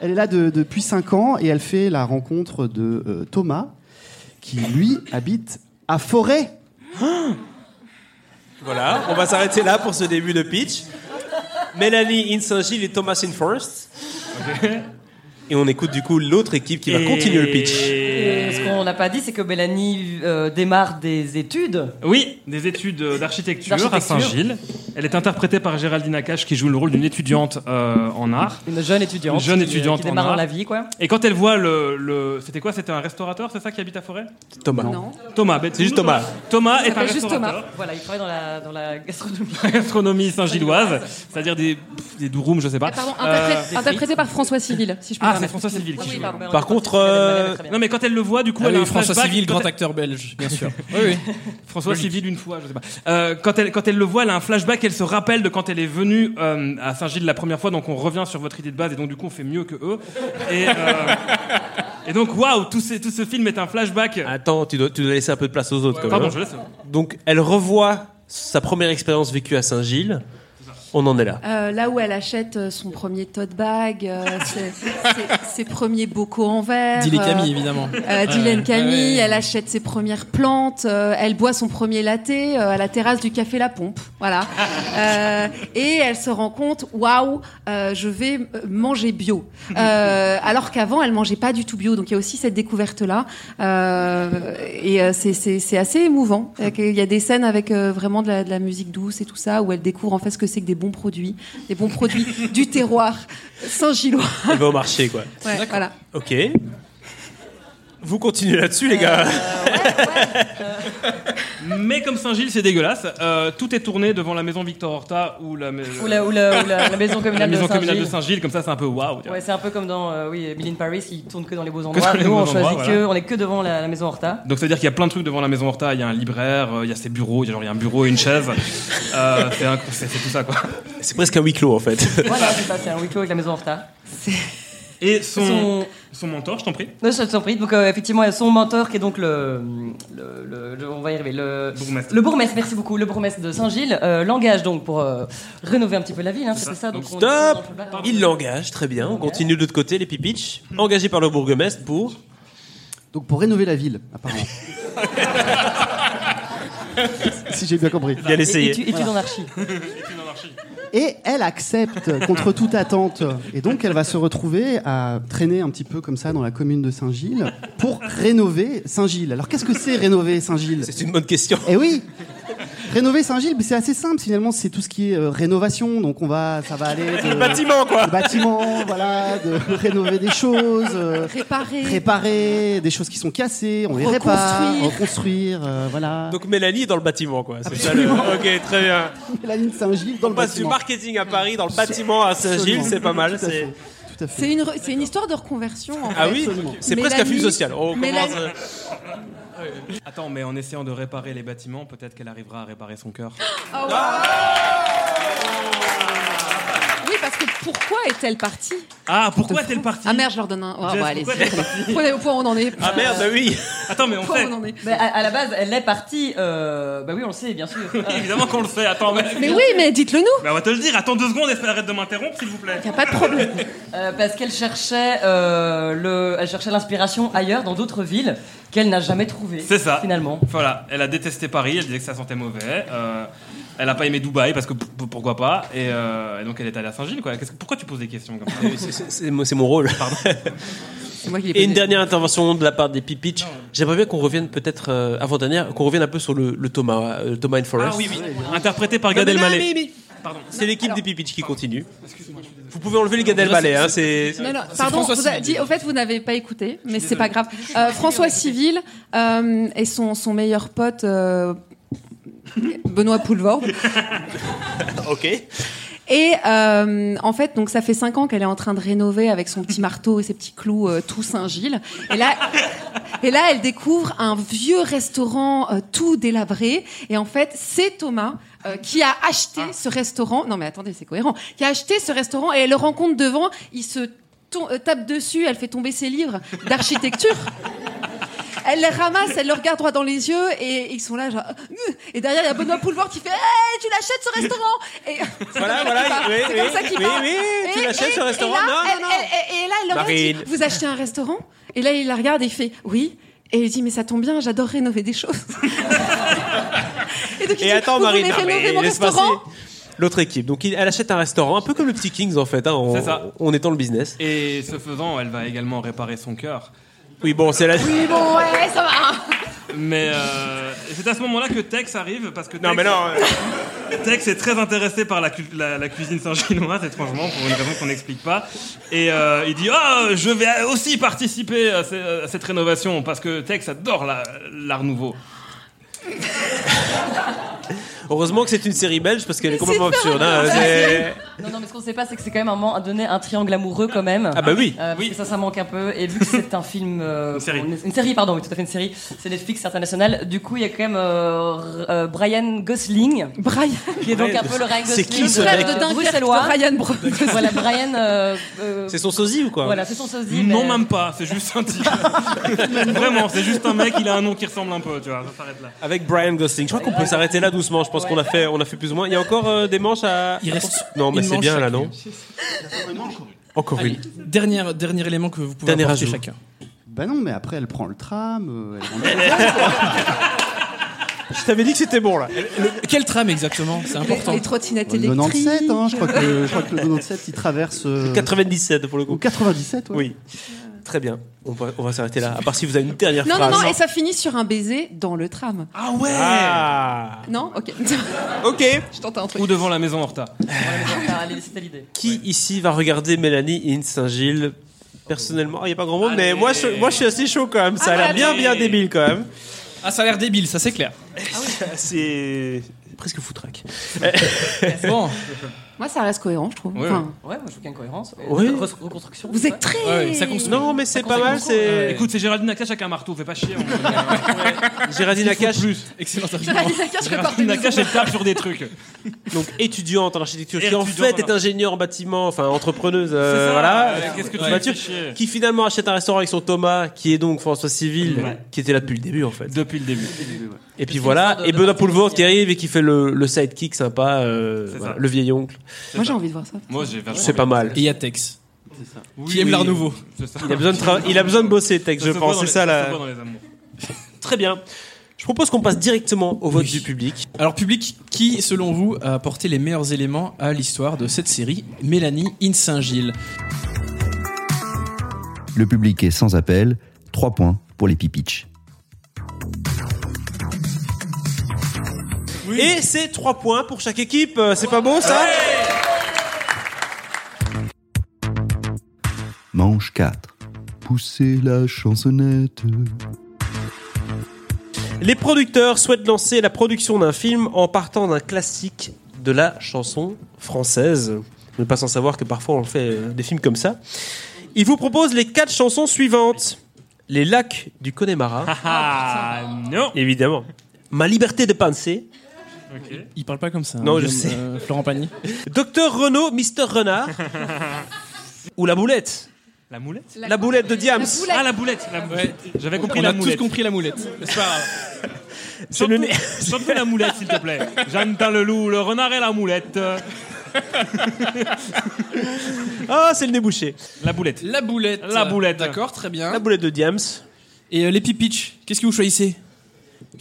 [SPEAKER 8] elle est là de- depuis 5 ans et elle fait la rencontre de euh, Thomas, qui lui habite à Forêt.
[SPEAKER 3] Voilà, on va s'arrêter là pour ce début de pitch. Mélanie in Saint-Gilles et Thomas in Forest. Et on écoute du coup l'autre équipe qui va continuer le pitch.
[SPEAKER 7] Et ce qu'on n'a pas dit, c'est que Mélanie euh, démarre des études.
[SPEAKER 6] Oui, des études euh, d'architecture à
[SPEAKER 7] D'architecture.
[SPEAKER 6] Saint-Gilles. Elle est interprétée par Géraldine Akache qui joue le rôle d'une étudiante euh, en art.
[SPEAKER 7] Une jeune étudiante.
[SPEAKER 6] Une jeune
[SPEAKER 7] qui, euh,
[SPEAKER 6] étudiante
[SPEAKER 7] Qui
[SPEAKER 6] en
[SPEAKER 7] démarre dans
[SPEAKER 6] art.
[SPEAKER 7] la vie, quoi.
[SPEAKER 6] Et quand elle voit le. le- C'était quoi C'était un restaurateur, c'est ça qui habite à Forêt
[SPEAKER 3] Thomas.
[SPEAKER 5] Non.
[SPEAKER 6] Thomas, ben,
[SPEAKER 3] C'est juste Thomas.
[SPEAKER 6] Thomas est un
[SPEAKER 5] s'appelle juste
[SPEAKER 6] restaurateur.
[SPEAKER 7] Voilà, il travaille dans la, dans la gastronomie.
[SPEAKER 6] Gastronomie saint-gilloise, c'est-à-dire des, des douroums, je sais pas.
[SPEAKER 5] Ah, Pardon,
[SPEAKER 6] Euh,
[SPEAKER 5] interpré- interprété par François Civil, si je peux
[SPEAKER 6] Ah, c'est
[SPEAKER 5] me permettre.
[SPEAKER 6] François Civil qui joue.
[SPEAKER 3] Par contre, euh,
[SPEAKER 6] Non mais quand elle le voit, du coup,
[SPEAKER 9] Ah
[SPEAKER 6] elle
[SPEAKER 9] oui,
[SPEAKER 6] a un
[SPEAKER 9] François
[SPEAKER 6] flashback.
[SPEAKER 9] Civil,
[SPEAKER 6] Quand
[SPEAKER 9] grand
[SPEAKER 6] elle-
[SPEAKER 9] acteur belge, bien sûr.
[SPEAKER 4] Oui,
[SPEAKER 6] François Civil une fois, je sais pas. Euh, quand elle quand elle le voit, elle a un flashback. Elle se rappelle de quand elle est venue euh, à Saint-Gilles la première fois. Donc on revient sur votre idée de base et donc du coup on fait mieux que eux. Et, euh, et donc waouh, tout, ce- tout ce film est un flashback.
[SPEAKER 4] Ah,
[SPEAKER 3] Attends, tu dois, tu dois laisser un peu de place aux autres. quand même.
[SPEAKER 6] Pardon, je laisse.
[SPEAKER 3] Donc elle revoit sa première expérience vécue à Saint-Gilles. On en est là.
[SPEAKER 5] Euh, là où elle achète euh, son premier tote bag, euh, ses, ses- ses premiers bocaux en verre.
[SPEAKER 4] Dis les Camille,
[SPEAKER 5] euh,
[SPEAKER 4] évidemment.
[SPEAKER 5] euh, Dylan
[SPEAKER 4] Ouais.
[SPEAKER 5] Camille,
[SPEAKER 4] Ouais.
[SPEAKER 5] elle achète ses premières plantes, euh, elle boit son premier latte euh, à la terrasse du café La Pompe, voilà. Euh, et elle se rend compte, waouh, euh, je vais euh, manger bio. Euh, alors qu'avant, elle mangeait pas du tout bio. Donc il y a aussi cette découverte là, et euh, c'est- c'est c'est assez émouvant. Euh, qu'il y a des scènes avec euh, vraiment de la, de la musique douce et tout ça, où elle découvre en fait ce que c'est que des bons produits, des bons produits du terroir Saint-Gillois.
[SPEAKER 3] Elle va au marché, quoi.
[SPEAKER 5] Ouais, voilà.
[SPEAKER 3] Ok. Vous continuez là-dessus, les gars.
[SPEAKER 6] Mais comme Saint-Gilles, c'est dégueulasse. euh, tout est tourné devant la maison Victor Horta ou la, mais-
[SPEAKER 7] Ou la, ou la- ou la- la maison
[SPEAKER 6] la
[SPEAKER 7] communale
[SPEAKER 6] maison
[SPEAKER 7] de
[SPEAKER 6] communale de
[SPEAKER 7] Saint-Gilles.
[SPEAKER 6] Saint-Gilles. Comme ça, c'est un peu waouh. tu vois.
[SPEAKER 7] Ouais, c'est un peu comme dans euh, oui, Emily in Paris, qui tourne que dans les beaux
[SPEAKER 6] dans
[SPEAKER 7] endroits.
[SPEAKER 6] les
[SPEAKER 7] Nous,
[SPEAKER 6] beaux
[SPEAKER 7] on
[SPEAKER 6] endroits,
[SPEAKER 7] choisit que,
[SPEAKER 6] voilà.
[SPEAKER 7] on est que devant la, la maison Horta.
[SPEAKER 6] Donc ça veut dire qu'il y a plein de trucs devant la maison Horta. Il y a un libraire, euh, il y a ses bureaux, il y a, genre, il y a un bureau et une chaise. Euh, c'est un- c'est c'est tout ça quoi.
[SPEAKER 3] C'est presque un huis clos, en fait.
[SPEAKER 7] Voilà, c'est ça, c'est un huis clos avec la maison Horta.
[SPEAKER 6] Et son,
[SPEAKER 7] Son-
[SPEAKER 6] Son mentor, je t'en prie.
[SPEAKER 7] Non, je t'en prie. Donc, euh, effectivement, il y a son mentor qui est donc le. le- le- le- on va y arriver. Le
[SPEAKER 6] Bourgmestre.
[SPEAKER 7] Le bourgmestre, merci beaucoup. Le bourgmestre de Saint-Gilles euh, l'engage donc pour euh, rénover un petit peu la ville. Hein, C'était ça. Donc, on-
[SPEAKER 3] Stop
[SPEAKER 7] on- on- on-
[SPEAKER 3] Il l'engage, très bien. On continue de l'autre côté, les pipitch. Engagés par le bourgmestre pour.
[SPEAKER 8] Donc pour rénover la ville, apparemment. si j'ai bien compris.
[SPEAKER 3] Bien
[SPEAKER 7] Et-
[SPEAKER 3] essayé.
[SPEAKER 7] Étude étude en archi.
[SPEAKER 8] Et elle accepte contre toute attente. Et donc elle va se retrouver à traîner un petit peu comme ça dans la commune de Saint-Gilles pour rénover Saint-Gilles. Alors qu'est-ce que c'est rénover Saint-Gilles
[SPEAKER 3] C'est une bonne question.
[SPEAKER 8] Eh oui Rénover Saint-Gilles, c'est assez simple finalement, c'est tout ce qui est euh, rénovation, donc on va, ça va aller de,
[SPEAKER 3] Bâtiment, quoi
[SPEAKER 8] de bâtiments, voilà, de rénover des choses, euh,
[SPEAKER 5] Réparer.
[SPEAKER 8] réparer des choses qui sont cassées, on les répare,
[SPEAKER 5] Reconstruire.
[SPEAKER 8] reconstruire, euh, voilà.
[SPEAKER 3] Donc Mélanie est dans le bâtiment, quoi. C'est ça le. Ok, très bien.
[SPEAKER 8] la ligne Saint-Gilles dans
[SPEAKER 3] On
[SPEAKER 8] le
[SPEAKER 3] passe du
[SPEAKER 8] bâtiment.
[SPEAKER 3] marketing à Paris dans le bâtiment à Saint-Gilles,
[SPEAKER 8] Absolument.
[SPEAKER 3] c'est pas mal.
[SPEAKER 8] Tout à
[SPEAKER 3] c'est-
[SPEAKER 8] fait. Tout à fait.
[SPEAKER 5] C'est une, re- c'est une histoire de reconversion. En
[SPEAKER 3] Ah
[SPEAKER 5] fait.
[SPEAKER 3] oui
[SPEAKER 8] Absolument.
[SPEAKER 3] C'est presque un film
[SPEAKER 5] Mélanie-
[SPEAKER 3] social. On commence,
[SPEAKER 5] Mélanie-
[SPEAKER 3] euh,
[SPEAKER 6] Attends, mais en essayant de réparer les bâtiments, peut-être qu'elle arrivera à réparer son cœur.
[SPEAKER 5] Ah Oui, parce que pourquoi est-elle partie
[SPEAKER 6] Ah, pourquoi est-elle partie
[SPEAKER 5] Ah merde, je leur donne un. Oh,
[SPEAKER 6] Jess,
[SPEAKER 5] bon, allez,
[SPEAKER 6] pourquoi t'es
[SPEAKER 5] prenez au point où on en est.
[SPEAKER 3] Ah merde, bah oui
[SPEAKER 6] Attends, mais on
[SPEAKER 5] Au
[SPEAKER 6] le
[SPEAKER 5] point
[SPEAKER 6] fait.
[SPEAKER 5] où on en est.
[SPEAKER 7] Mais à, à la base, elle est partie. euh, bah oui, on le sait, bien sûr.
[SPEAKER 6] Évidemment qu'on le fait. Attends, mais...
[SPEAKER 5] Mais oui, mais dites-le nous.
[SPEAKER 6] Bah, on va te le dire. Attends deux secondes, espère- arrête de m'interrompre, s'il vous plaît.
[SPEAKER 5] Y a pas de problème.
[SPEAKER 7] Euh, parce qu'elle cherchait euh, le, elle cherchait l'inspiration ailleurs, dans d'autres villes qu'elle n'a jamais trouvée.
[SPEAKER 6] C'est ça.
[SPEAKER 7] Finalement.
[SPEAKER 6] Voilà, elle a détesté Paris, elle disait que ça sentait mauvais. euh, elle a pas aimé Dubaï parce que p- p- pourquoi pas. Et, euh, et donc elle est allée à Saint-Gilles. Quoi. Qu'est-ce que- pourquoi tu poses des questions comme ça
[SPEAKER 3] Ah C'est- c'est- C'est mon c'est mon rôle.
[SPEAKER 5] C'est moi qui l'ai
[SPEAKER 3] Et une
[SPEAKER 5] posé.
[SPEAKER 3] dernière intervention de la part des Pipitch. J'aimerais bien qu'on revienne peut-être euh, avant dernière, qu'on revienne un peu sur le, le Thomas, euh, Thomas and Forest.
[SPEAKER 6] Ah oui, oui. Interprété par
[SPEAKER 3] Non,
[SPEAKER 6] Gad
[SPEAKER 3] mais non,
[SPEAKER 6] Elmaleh.
[SPEAKER 3] mais- mais-
[SPEAKER 6] Pardon.
[SPEAKER 3] C'est l'équipe des Pipitch qui continue. Vous pouvez enlever le Gad Elmaleh, hein, c'est.
[SPEAKER 5] Non, non, pardon,
[SPEAKER 4] François
[SPEAKER 5] vous a-
[SPEAKER 4] Civil.
[SPEAKER 5] dit- au fait, vous n'avez pas écouté, mais c'est pas grave. Euh, François Civil euh, et son, son meilleur pote, euh, Benoît Poulvord.
[SPEAKER 3] Ok.
[SPEAKER 5] Et euh, en fait, donc ça fait cinq ans qu'elle est en train de rénover avec son petit marteau et ses petits clous euh, tout Saint-Gilles. Et là, et là, elle découvre un vieux restaurant euh, tout délabré. Et en fait, c'est Thomas euh, qui a acheté
[SPEAKER 3] Ah.
[SPEAKER 5] ce restaurant. Non mais attendez, c'est cohérent. Qui a acheté ce restaurant et elle le rencontre devant. Il se to- euh, tape dessus. Elle fait tomber ses livres d'architecture. Elle les ramasse, elle le regarde droit dans les yeux et ils sont là genre euh, et derrière il y a Benoît Poulvord qui fait hey, tu l'achètes ce restaurant et
[SPEAKER 3] Voilà, voilà.
[SPEAKER 5] C'est
[SPEAKER 3] Oui,
[SPEAKER 5] comme
[SPEAKER 3] oui,
[SPEAKER 5] ça qu'il
[SPEAKER 3] oui,
[SPEAKER 5] parle.
[SPEAKER 3] oui, tu
[SPEAKER 5] Et-
[SPEAKER 3] l'achètes
[SPEAKER 5] et-
[SPEAKER 3] ce restaurant
[SPEAKER 5] et là,
[SPEAKER 3] Non, non,
[SPEAKER 5] elle-
[SPEAKER 3] non.
[SPEAKER 5] elle- Et, et là, elle leur dit
[SPEAKER 3] Marine.
[SPEAKER 5] Vous achetez un restaurant Et là, il la regarde et il fait Oui. Et il dit Mais ça tombe bien, j'adore rénover des choses. et donc, il
[SPEAKER 3] Et
[SPEAKER 5] dit,
[SPEAKER 3] attends,
[SPEAKER 5] Vous
[SPEAKER 3] Marine,
[SPEAKER 5] voulez
[SPEAKER 3] non,
[SPEAKER 5] rénover
[SPEAKER 3] mais
[SPEAKER 5] mon
[SPEAKER 3] laisse passer
[SPEAKER 5] restaurant
[SPEAKER 3] l'autre équipe. Donc, il- elle achète un restaurant, un peu comme le petit Kings en fait. hein, on,
[SPEAKER 6] C'est ça.
[SPEAKER 3] on est dans le business.
[SPEAKER 6] Et ce faisant, elle va également réparer son cœur.
[SPEAKER 3] Oui, bon, c'est la.
[SPEAKER 5] Oui, bon, ouais, ça va.
[SPEAKER 6] Mais euh, c'est à ce moment-là que Tex arrive parce que Tex,
[SPEAKER 3] Non, mais non. euh,
[SPEAKER 6] Tex est très intéressé par la, cu- la- la cuisine saint-ginoise, étrangement, pour une raison qu'on n'explique pas. Et euh, il dit Ah, je vais aussi participer à, ce- à cette rénovation parce que Tex adore la- l'art nouveau.
[SPEAKER 3] Heureusement que c'est une série belge parce qu'elle est
[SPEAKER 5] Mais
[SPEAKER 3] complètement
[SPEAKER 5] c'est Ah,
[SPEAKER 3] absurde.
[SPEAKER 5] bah
[SPEAKER 3] hein,
[SPEAKER 5] pas grave.
[SPEAKER 3] c'est-
[SPEAKER 7] Non, non, mais ce qu'on sait pas, c'est que c'est quand même un moment donné un triangle amoureux quand même.
[SPEAKER 3] Ah bah oui.
[SPEAKER 7] Euh, parce
[SPEAKER 6] Oui.
[SPEAKER 7] que ça, ça manque un peu. Et vu que c'est un film, euh,
[SPEAKER 6] Une série.
[SPEAKER 7] on est- une série, pardon, oui, tout à fait une série. C'est Netflix, c'est international. Du coup, il y a quand même euh, r- euh, Brian Gosling,
[SPEAKER 5] Brian,
[SPEAKER 7] qui est donc
[SPEAKER 3] Brian
[SPEAKER 7] un peu le Ryan
[SPEAKER 3] C'est
[SPEAKER 7] Gosling.
[SPEAKER 3] qui, ce
[SPEAKER 7] euh,
[SPEAKER 5] frère
[SPEAKER 3] mec
[SPEAKER 5] de Dunkerque, de
[SPEAKER 7] bruxellois.
[SPEAKER 5] Ryan Brown.
[SPEAKER 7] Voilà, Brian. euh, euh,
[SPEAKER 3] C'est son sosie ou quoi
[SPEAKER 7] Voilà, c'est son sosie.
[SPEAKER 6] Non,
[SPEAKER 7] mais-
[SPEAKER 6] même pas, c'est juste un type. Vraiment, c'est juste un mec, il a un nom qui ressemble un peu, tu vois, ça s'arrête là.
[SPEAKER 3] Avec Brian Gosling. Je crois qu'on peut s'arrêter là doucement. Je pense qu'on a fait, on a fait plus ou moins. Il y a encore euh, des manches à.
[SPEAKER 9] Il reste
[SPEAKER 3] Non, mais
[SPEAKER 9] une
[SPEAKER 3] c'est
[SPEAKER 9] manche
[SPEAKER 3] bien là,
[SPEAKER 9] chacune.
[SPEAKER 3] non Encore
[SPEAKER 9] Allez,
[SPEAKER 3] une.
[SPEAKER 9] dernière, dernier élément que vous pouvez
[SPEAKER 3] Dernier
[SPEAKER 9] apporter
[SPEAKER 3] ajout.
[SPEAKER 9] chacun.
[SPEAKER 8] Bah non, mais après elle prend le tram, euh, elle rentre
[SPEAKER 3] Je t'avais dit que c'était bon là.
[SPEAKER 9] Quel tram exactement C'est important.
[SPEAKER 5] Les trottinettes
[SPEAKER 8] Le
[SPEAKER 5] électriques.
[SPEAKER 8] 97, hein, je, crois que, je crois que le 97 il traverse. euh,
[SPEAKER 3] 97 pour le
[SPEAKER 8] Ou
[SPEAKER 3] coup.
[SPEAKER 8] 97, ouais.
[SPEAKER 3] Oui. Très bien. On va, on va s'arrêter là. À part si vous avez une dernière
[SPEAKER 5] Non, non,
[SPEAKER 3] phrase.
[SPEAKER 5] non, et ça finit sur un baiser dans le tram.
[SPEAKER 6] Ah ouais
[SPEAKER 3] Ah.
[SPEAKER 5] Non Ok.
[SPEAKER 3] Ok.
[SPEAKER 5] Je tente un
[SPEAKER 6] Ou
[SPEAKER 5] truc.
[SPEAKER 6] devant la maison Horta.
[SPEAKER 7] Ah, allez, C'était l'idée.
[SPEAKER 3] Qui ici va regarder Mélanie in Saint-Gilles Personnellement, il n'y a pas grand monde, mais moi je, moi je suis assez chaud quand même.
[SPEAKER 5] Ah, bah,
[SPEAKER 3] Ça a l'air bien, bien débile quand même.
[SPEAKER 4] Ah, ça a l'air débile, ça c'est clair.
[SPEAKER 3] C'est. presque foutraque.
[SPEAKER 9] Bon,
[SPEAKER 5] Moi, ça reste cohérent, je trouve.
[SPEAKER 9] Ouais,
[SPEAKER 5] Enfin,
[SPEAKER 7] Ouais, moi, je veux qu'une cohérence.
[SPEAKER 3] Ouais.
[SPEAKER 7] Reconstruction.
[SPEAKER 5] Vous êtes très.
[SPEAKER 9] Ouais, ouais, ça construit.
[SPEAKER 3] Non, mais c'est pas
[SPEAKER 7] conseille
[SPEAKER 3] mal.
[SPEAKER 7] beaucoup.
[SPEAKER 3] C'est.
[SPEAKER 6] Euh, Écoute, c'est Géraldine Nakache avec un marteau, fais pas chier.
[SPEAKER 3] Géraldine Nakache,
[SPEAKER 9] excellent
[SPEAKER 5] Géraldine
[SPEAKER 9] argument.
[SPEAKER 5] Lacache, je porte
[SPEAKER 6] Géraldine
[SPEAKER 5] une
[SPEAKER 6] Nakache,
[SPEAKER 5] seconde.
[SPEAKER 6] elle tape sur des
[SPEAKER 3] Euh,
[SPEAKER 6] trucs.
[SPEAKER 3] donc étudiante en architecture, qui en
[SPEAKER 6] Étudiante
[SPEAKER 3] fait
[SPEAKER 6] en
[SPEAKER 3] est
[SPEAKER 6] architecture.
[SPEAKER 3] ingénieure en bâtiment, enfin entrepreneuse. euh,
[SPEAKER 6] C'est ça,
[SPEAKER 3] voilà.
[SPEAKER 6] euh, Qu'est-ce que tu
[SPEAKER 3] Ouais.
[SPEAKER 6] vas fais chier
[SPEAKER 3] Qui finalement achète un restaurant avec son Thomas, qui est donc François Civil, qui était là depuis le début en fait.
[SPEAKER 6] Depuis le début.
[SPEAKER 3] Et puis
[SPEAKER 7] une
[SPEAKER 3] voilà,
[SPEAKER 7] sorte de-
[SPEAKER 3] et
[SPEAKER 7] de
[SPEAKER 3] Benoît
[SPEAKER 7] Martin
[SPEAKER 3] Poulvord qui
[SPEAKER 7] Lumière.
[SPEAKER 3] arrive et qui fait le, le sidekick sympa, euh,
[SPEAKER 6] C'est
[SPEAKER 3] voilà,
[SPEAKER 6] ça.
[SPEAKER 3] le vieil oncle.
[SPEAKER 5] Moi, j'ai envie de voir ça.
[SPEAKER 3] Ah,
[SPEAKER 6] Moi, j'ai vachement
[SPEAKER 3] C'est pas mal.
[SPEAKER 9] Et il y a Tex,
[SPEAKER 6] envie.
[SPEAKER 9] qui aime
[SPEAKER 6] Oui,
[SPEAKER 9] l'art
[SPEAKER 6] oui.
[SPEAKER 9] nouveau.
[SPEAKER 6] C'est ça.
[SPEAKER 3] Il a besoin de, tra- il a besoin de bosser, Tech,
[SPEAKER 6] Ça
[SPEAKER 3] je
[SPEAKER 6] se voit
[SPEAKER 3] pense.
[SPEAKER 6] dans
[SPEAKER 3] C'est
[SPEAKER 6] les-
[SPEAKER 3] ça
[SPEAKER 6] se
[SPEAKER 3] là.
[SPEAKER 6] voit dans les amours.
[SPEAKER 3] Très bien. Je propose qu'on passe directement au vote
[SPEAKER 9] Oui.
[SPEAKER 3] du public.
[SPEAKER 9] Alors, public, qui, selon vous, a apporté les meilleurs éléments à l'histoire de cette série Mélanie in Saint-Gilles.
[SPEAKER 2] Le public est sans appel. 3 points pour les pipitch.
[SPEAKER 3] Et c'est 3 points pour chaque équipe. Euh, C'est pas bon ça
[SPEAKER 2] Manche 4. Poussez la chansonnette.
[SPEAKER 3] Les producteurs souhaitent lancer la production d'un film en partant d'un classique de la chanson française. Ne pas sans savoir que parfois on fait euh, des films comme ça. Ils vous proposent les quatre chansons suivantes. Les lacs du Connemara,
[SPEAKER 6] Ah non
[SPEAKER 3] évidemment. Ma liberté de penser.
[SPEAKER 9] Il parle pas comme ça.
[SPEAKER 3] Non,
[SPEAKER 9] hein,
[SPEAKER 3] je
[SPEAKER 9] Guillaume,
[SPEAKER 3] sais.
[SPEAKER 9] euh, Florent Pagny.
[SPEAKER 3] Docteur Renault, Mister Renard. Ou la boulette.
[SPEAKER 6] La moulette
[SPEAKER 3] La boulette de Diams.
[SPEAKER 5] La boulette.
[SPEAKER 6] Ah la boulette la- J'avais compris
[SPEAKER 9] On
[SPEAKER 6] la
[SPEAKER 9] a
[SPEAKER 6] moulette.
[SPEAKER 9] tous compris la moulette. C'est pas grave.
[SPEAKER 3] C'est le nez.
[SPEAKER 6] Chante-nous la moulette, s'il te plaît. J'entends le loup, le renard et la moulette. Euh,
[SPEAKER 3] Ah, c'est le nez bouché.
[SPEAKER 6] La boulette.
[SPEAKER 9] La boulette.
[SPEAKER 6] La boulette.
[SPEAKER 9] D'accord, très
[SPEAKER 3] La
[SPEAKER 9] bien.
[SPEAKER 3] boulette de Diams.
[SPEAKER 9] Et euh, les pipitch, qu'est-ce que vous choisissez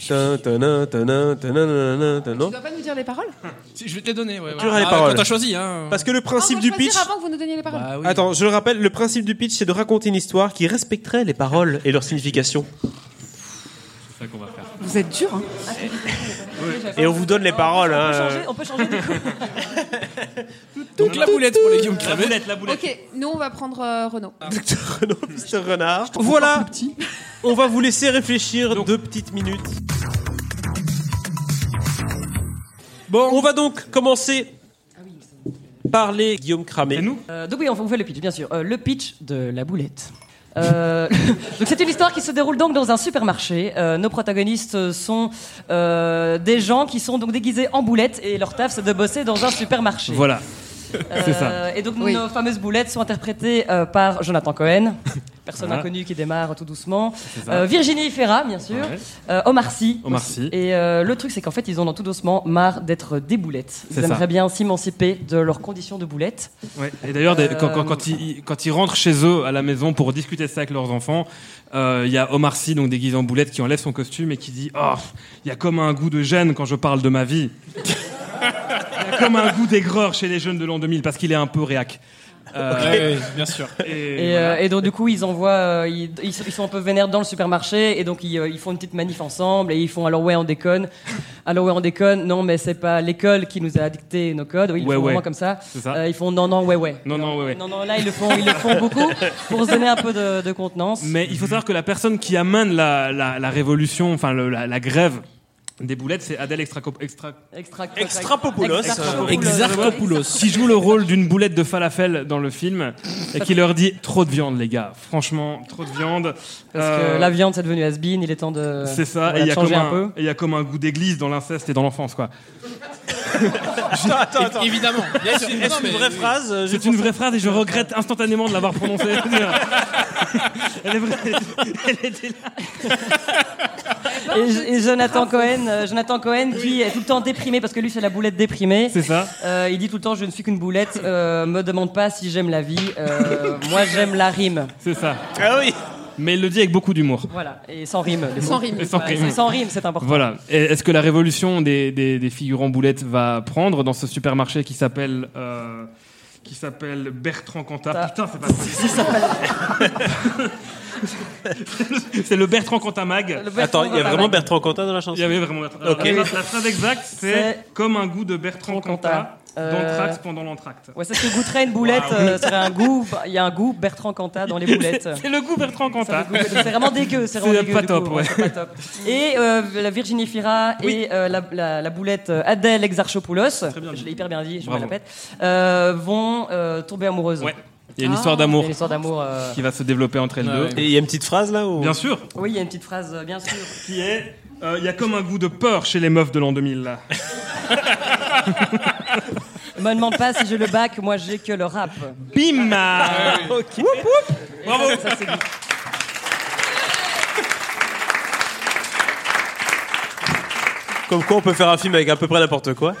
[SPEAKER 3] Tin, tin, tin, tin, tin, tin, tin, tin, tin,
[SPEAKER 5] Tu
[SPEAKER 3] non
[SPEAKER 5] dois pas nous dire les paroles
[SPEAKER 9] Je vais te les donner. Ouais, ouais.
[SPEAKER 3] Tu auras les
[SPEAKER 9] Ah,
[SPEAKER 3] paroles.
[SPEAKER 9] Quand t'as choisi, hein.
[SPEAKER 3] Parce que le
[SPEAKER 5] Ah, on
[SPEAKER 3] principe
[SPEAKER 5] doit
[SPEAKER 3] du
[SPEAKER 5] choisir
[SPEAKER 3] pitch.
[SPEAKER 5] avant que vous nous donniez les paroles.
[SPEAKER 9] Bah oui.
[SPEAKER 3] Attends, je le rappelle, le principe du pitch, c'est de raconter une histoire qui respecterait les paroles et leur signification.
[SPEAKER 6] C'est ça qu'on va faire.
[SPEAKER 5] Vous êtes dur. Hein.
[SPEAKER 3] Et on vous donne les paroles.
[SPEAKER 7] On peut
[SPEAKER 3] hein.
[SPEAKER 7] changer, on peut changer du coup.
[SPEAKER 9] Donc la boulette pour les Guillaume
[SPEAKER 6] La
[SPEAKER 9] Cravet.
[SPEAKER 6] boulette, la boulette.
[SPEAKER 5] Ok, nous on va prendre euh, Renaud.
[SPEAKER 3] Docteur Renaud, Mr. Renard. Voilà, on va vous laisser réfléchir deux petites minutes. Bon, on va donc commencer par les Guillaume Cramé.
[SPEAKER 6] C'est nous
[SPEAKER 7] Euh, donc oui, on vous fait le pitch, bien sûr. Euh, le pitch de la boulette. Euh, donc c'est une histoire qui se déroule donc dans un supermarché. Euh, nos protagonistes sont euh, des gens qui sont donc déguisés en boulettes et leur taf c'est de bosser dans un supermarché.
[SPEAKER 6] Voilà.
[SPEAKER 7] Euh,
[SPEAKER 6] c'est ça.
[SPEAKER 7] Et donc
[SPEAKER 5] Oui.
[SPEAKER 7] nos fameuses boulettes sont interprétées euh, par Jonathan Cohen, personne
[SPEAKER 3] Ah.
[SPEAKER 6] Voilà.
[SPEAKER 7] inconnue qui démarre tout doucement,
[SPEAKER 6] ça.
[SPEAKER 7] Euh, Virginie Ferra bien sûr,
[SPEAKER 6] Ouais.
[SPEAKER 7] euh, Omar Sy.
[SPEAKER 6] Omar
[SPEAKER 7] aussi.
[SPEAKER 6] Sy.
[SPEAKER 7] Et euh, le truc c'est qu'en fait ils en ont tout doucement marre d'être des boulettes. Ils
[SPEAKER 6] C'est ça.
[SPEAKER 7] aimeraient bien s'émanciper de leurs conditions de boulettes.
[SPEAKER 6] Ouais. Et d'ailleurs, des-
[SPEAKER 7] Euh,
[SPEAKER 6] quand, quand- quand ils, quand ils rentrent chez eux à la maison pour discuter de ça avec leurs enfants, euh, il y a Omar Sy, donc déguisé en boulette, qui enlève son costume et qui dit Oh, il y a comme un goût de gêne quand je parle de ma vie. Il y a comme un goût d'aigreur chez les jeunes de l'an 2000 parce qu'il est un peu réac. Euh,
[SPEAKER 9] Ouais, ouais, bien sûr.
[SPEAKER 6] et
[SPEAKER 7] Et,
[SPEAKER 6] voilà.
[SPEAKER 7] euh, et donc du coup ils envoient, euh, ils, ils sont- ils sont un peu vénères dans le supermarché et donc ils, euh, ils font une petite manif ensemble et ils font alors ouais on déconne, alors ouais on déconne, non mais c'est pas l'école qui nous a dicté nos codes, oui, ils le
[SPEAKER 6] Ouais,
[SPEAKER 7] font
[SPEAKER 6] ouais.
[SPEAKER 7] vraiment comme ça,
[SPEAKER 6] C'est ça.
[SPEAKER 7] Euh, ils font non non ouais ouais,
[SPEAKER 6] Non, non, ouais, ouais.
[SPEAKER 7] non non là ils le font, ils le font beaucoup pour se donner un peu de, de contenance.
[SPEAKER 6] Mais il faut savoir que la personne qui amène la, la, la révolution, enfin le- la, la grève des boulettes, c'est Adèle Extraco- Extra.
[SPEAKER 7] Extra,
[SPEAKER 3] Extrapopoulos.
[SPEAKER 7] Extrapopoulos.
[SPEAKER 9] Exarchopoulos.
[SPEAKER 6] qui joue le rôle d'une boulette de falafel dans le film et qui leur dit trop de viande les gars, franchement trop de viande.
[SPEAKER 7] Parce
[SPEAKER 6] Euh,
[SPEAKER 7] que la euh, viande c'est devenu has-been, il est temps de,
[SPEAKER 6] c'est ça, et
[SPEAKER 7] voilà,
[SPEAKER 6] il
[SPEAKER 7] de
[SPEAKER 6] y, a comme
[SPEAKER 7] changer un,
[SPEAKER 6] un-
[SPEAKER 7] peu.
[SPEAKER 6] et il y a comme un goût d'église dans l'inceste et dans l'enfance quoi.
[SPEAKER 3] Attends, attends, attends.
[SPEAKER 9] Évidemment. Bien sûr.
[SPEAKER 3] Est-ce
[SPEAKER 9] Non, mais-
[SPEAKER 3] une vraie phrase euh,
[SPEAKER 6] C'est
[SPEAKER 3] je-
[SPEAKER 6] une vraie phrase et je regrette instantanément de l'avoir prononcée. Elle est vraie. Elle était là.
[SPEAKER 7] Et, J- et Jonathan Cohen, euh, Jonathan Cohen qui est tout le temps déprimé parce que lui c'est la boulette déprimée.
[SPEAKER 6] C'est ça.
[SPEAKER 7] Euh, il dit tout le temps je ne suis qu'une boulette, euh, me demande pas si j'aime la vie, euh, moi j'aime la rime.
[SPEAKER 6] C'est ça.
[SPEAKER 3] Ah oui
[SPEAKER 6] Mais il le dit avec beaucoup d'humour.
[SPEAKER 7] Voilà, et sans rime. les
[SPEAKER 5] Sans
[SPEAKER 7] mots.
[SPEAKER 5] rime.
[SPEAKER 6] Et sans
[SPEAKER 7] Ouais,
[SPEAKER 6] rime.
[SPEAKER 7] c'est- sans rime, c'est important.
[SPEAKER 6] Voilà. Et Est-ce que la révolution des, des, des figurants boulettes va prendre dans ce supermarché qui s'appelle euh, qui s'appelle Bertrand Cantat
[SPEAKER 7] Ça-
[SPEAKER 6] Putain, c'est pas possible. c'est le Bertrand Cantamag.
[SPEAKER 7] Le Bertrand
[SPEAKER 3] Attends, il y a
[SPEAKER 7] Cantat.
[SPEAKER 3] vraiment Bertrand Quentin dans la
[SPEAKER 6] Il
[SPEAKER 3] chanson
[SPEAKER 6] y avait vraiment Bertrand.
[SPEAKER 3] Ok.
[SPEAKER 6] La, la phrase exacte, c'est
[SPEAKER 7] C'est-
[SPEAKER 6] comme un goût de Bertrand
[SPEAKER 7] Bertrand Cantat.
[SPEAKER 6] Cantat
[SPEAKER 7] Euh,
[SPEAKER 6] Dans le tract, pendant l'entracte.
[SPEAKER 7] Ouais, ça se goûterait une boulette. euh, ça serait un goût. Il y a un goût Bertrand Cantat dans les boulettes.
[SPEAKER 6] C'est le goût Bertrand
[SPEAKER 7] Ça
[SPEAKER 6] Cantat.
[SPEAKER 7] fait goûter- C'est vraiment dégueu, c'est vraiment
[SPEAKER 6] C'est
[SPEAKER 7] dégueu,
[SPEAKER 6] pas
[SPEAKER 7] du
[SPEAKER 6] top,
[SPEAKER 7] coup,
[SPEAKER 6] ouais.
[SPEAKER 7] c'est pas top. Et euh, la Virginie Fira et euh, la, la- la boulette euh, Adèle Exarchopoulos, je l'ai hyper bien dit, je me
[SPEAKER 6] Bravo.
[SPEAKER 7] la pète, euh, vont euh, tomber amoureuses. Ah,
[SPEAKER 6] Ouais. Il y a une histoire d'amour
[SPEAKER 7] Et L'histoire d'amour. euh,
[SPEAKER 6] qui va se développer entre elles
[SPEAKER 9] Ouais,
[SPEAKER 6] deux.
[SPEAKER 9] ouais.
[SPEAKER 3] Et il y a une petite phrase là ou...
[SPEAKER 6] Bien sûr,
[SPEAKER 7] Oui, il y a une petite phrase, euh, bien sûr.
[SPEAKER 6] qui est euh, il y a comme un goût de peur chez les meufs de l'an 2000 là.
[SPEAKER 7] Me demande pas si j'ai le bac, moi j'ai que le rap.
[SPEAKER 6] Bim ah,
[SPEAKER 7] Et ça, ça, c'est dit.
[SPEAKER 3] Comme quoi on peut faire un film avec à peu près n'importe quoi.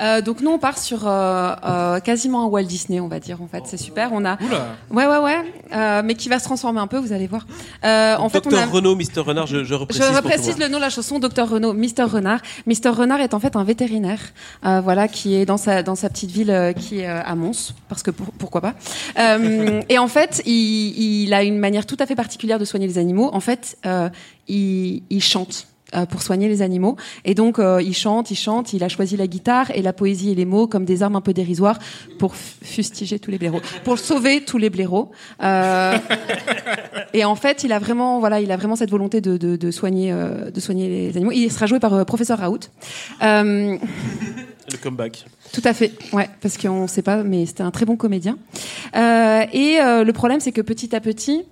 [SPEAKER 5] Euh, donc nous on part sur euh, euh, quasiment un Walt Disney on va dire en fait c'est super on a
[SPEAKER 4] Oula.
[SPEAKER 5] ouais ouais ouais euh, mais qui va se transformer un peu vous allez voir euh, en fait on
[SPEAKER 3] Docteur
[SPEAKER 5] a
[SPEAKER 3] Renaud, Mister Renard, je, je
[SPEAKER 5] je
[SPEAKER 3] reprécise. pour tout le
[SPEAKER 5] reprécise
[SPEAKER 3] monde.
[SPEAKER 5] le nom de la chanson Docteur Renaud Mister Renard Mister Renard est en fait un vétérinaire euh, voilà qui est dans sa dans sa petite ville euh, qui est euh, à Mons parce que pour- pourquoi pas euh, et en fait il, il a une manière tout à fait particulière de soigner les animaux en fait euh, il, il chante euh, pour soigner les animaux. Et donc, euh, il chante, il chante, il a choisi la guitare et la poésie et les mots comme des armes un peu dérisoires pour f- fustiger tous les blaireaux, pour sauver tous les blaireaux. Euh, et en fait, il a vraiment, voilà, il a vraiment cette volonté de, de, de soigner, euh, de soigner les animaux. Il sera joué par euh, Professeur Raoult. Euh,
[SPEAKER 3] Le comeback.
[SPEAKER 5] tout à fait, ouais, parce qu'on ne sait pas, mais c'était un très bon comédien. Euh, et euh, le problème, c'est que petit à petit,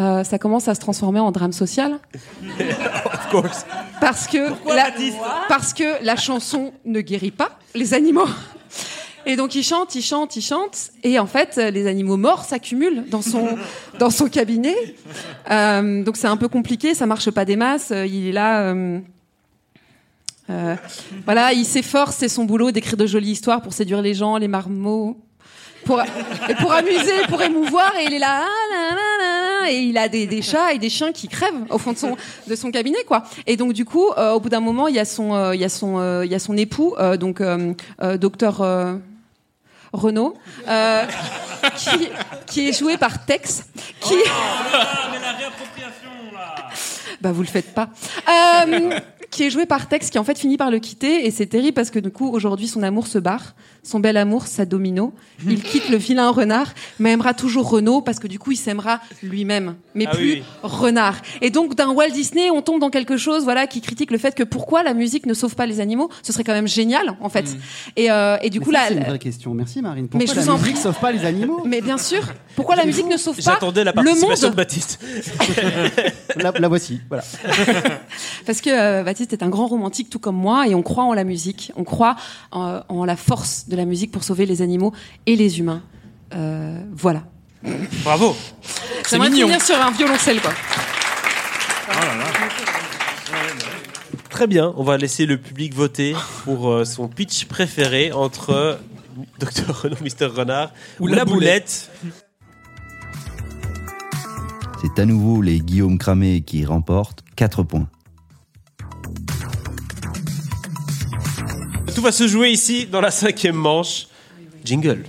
[SPEAKER 5] euh, ça commence à se transformer en drame social.
[SPEAKER 3] Of course.
[SPEAKER 5] Parce que, la, parce que la chanson ne guérit pas les animaux. Et donc il chante, il chante, il chante, et en fait euh, les animaux morts s'accumulent dans son dans son cabinet. Euh, donc c'est un peu compliqué, ça marche pas des masses. euh, Il est là, euh, euh, voilà, il s'efforce, c'est son boulot d'écrire de jolies histoires pour séduire les gens, les marmots, pour et pour amuser, pour émouvoir, et il est là, ah, là, là, là, et il a des, des chats et des chiens qui crèvent au fond de son de son cabinet quoi. Et donc du coup, euh, au bout d'un moment, il y a son euh, il y a son euh, il y a son époux euh, donc euh, euh, docteur euh, Renaud euh, qui qui est joué par Tex qui
[SPEAKER 6] mais la réappropriation là
[SPEAKER 5] bah vous le faites pas. Euh, qui est joué par Tex, qui en fait finit par le quitter et c'est terrible parce que du coup aujourd'hui son amour se barre, son bel amour, sa domino, il quitte le vilain renard, mais aimera toujours Renaud parce que du coup il s'aimera lui-même, mais
[SPEAKER 3] Ah
[SPEAKER 5] plus
[SPEAKER 3] oui.
[SPEAKER 5] renard. Et donc d'un Walt Disney, on tombe dans quelque chose voilà qui critique le fait que pourquoi la musique ne sauve pas les animaux, ce serait quand même génial en fait.
[SPEAKER 3] Hmm.
[SPEAKER 5] Et, euh, et du
[SPEAKER 8] Mais
[SPEAKER 5] coup
[SPEAKER 8] ça,
[SPEAKER 5] là,
[SPEAKER 8] c'est une vraie question. Merci Marine.
[SPEAKER 5] Mais
[SPEAKER 8] Pourquoi
[SPEAKER 5] je vous
[SPEAKER 8] la
[SPEAKER 5] en
[SPEAKER 8] musique
[SPEAKER 5] prie.
[SPEAKER 8] sauve pas les animaux
[SPEAKER 5] mais bien sûr, pourquoi la musique ne sauve pas
[SPEAKER 3] J'attendais la
[SPEAKER 5] le
[SPEAKER 3] participation de
[SPEAKER 5] monde
[SPEAKER 3] Baptiste.
[SPEAKER 8] la, la voici. Voilà.
[SPEAKER 5] Parce que euh, Baptiste est un grand romantique tout comme moi et on croit en la musique, on croit en, en la force de la musique pour sauver les animaux et les humains. Euh, voilà.
[SPEAKER 3] Bravo.
[SPEAKER 5] J'aimerais
[SPEAKER 4] mignon.
[SPEAKER 5] finir sur un violoncelle quoi.
[SPEAKER 3] Très bien, on va laisser le public voter pour euh, son pitch préféré entre euh, Dr. Renaud, Mister Renard ou, la,
[SPEAKER 4] la
[SPEAKER 3] boulette.
[SPEAKER 2] C'est à nouveau les Guillaume Cramé qui remportent 4 points.
[SPEAKER 3] Tout va se jouer ici dans la cinquième manche. Jingle.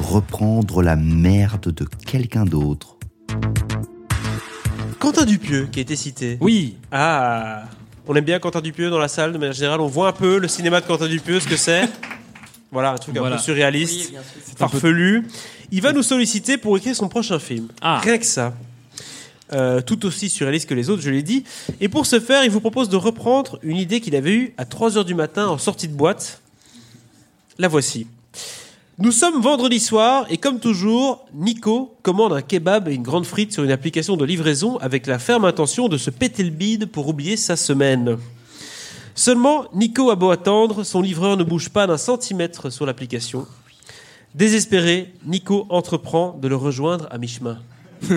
[SPEAKER 2] Reprendre la merde de quelqu'un d'autre.
[SPEAKER 3] Quentin Dupieux qui a été cité.
[SPEAKER 6] Oui
[SPEAKER 3] Ah, on aime bien Quentin Dupieux dans la salle de manière générale. On voit un peu le cinéma de Quentin Dupieux, ce que c'est. Voilà, un truc un
[SPEAKER 4] Voilà.
[SPEAKER 3] peu surréaliste,
[SPEAKER 7] Oui, bien sûr.
[SPEAKER 3] farfelu. Il va nous solliciter pour écrire son prochain film.
[SPEAKER 6] Ah.
[SPEAKER 3] Rien que ça. Euh, tout aussi surréaliste que les autres, je l'ai dit. Et pour ce faire, il vous propose de reprendre une idée qu'il avait eue à 3h du matin en sortie de boîte. La voici. Nous sommes vendredi soir et comme toujours, Nico commande un kebab et une grande frite sur une application de livraison avec la ferme intention de se péter le bide pour oublier sa semaine. Seulement, Nico a beau attendre, son livreur ne bouge pas d'un centimètre sur l'application. Désespéré, Nico entreprend de le rejoindre à mi-chemin.
[SPEAKER 7] J'ai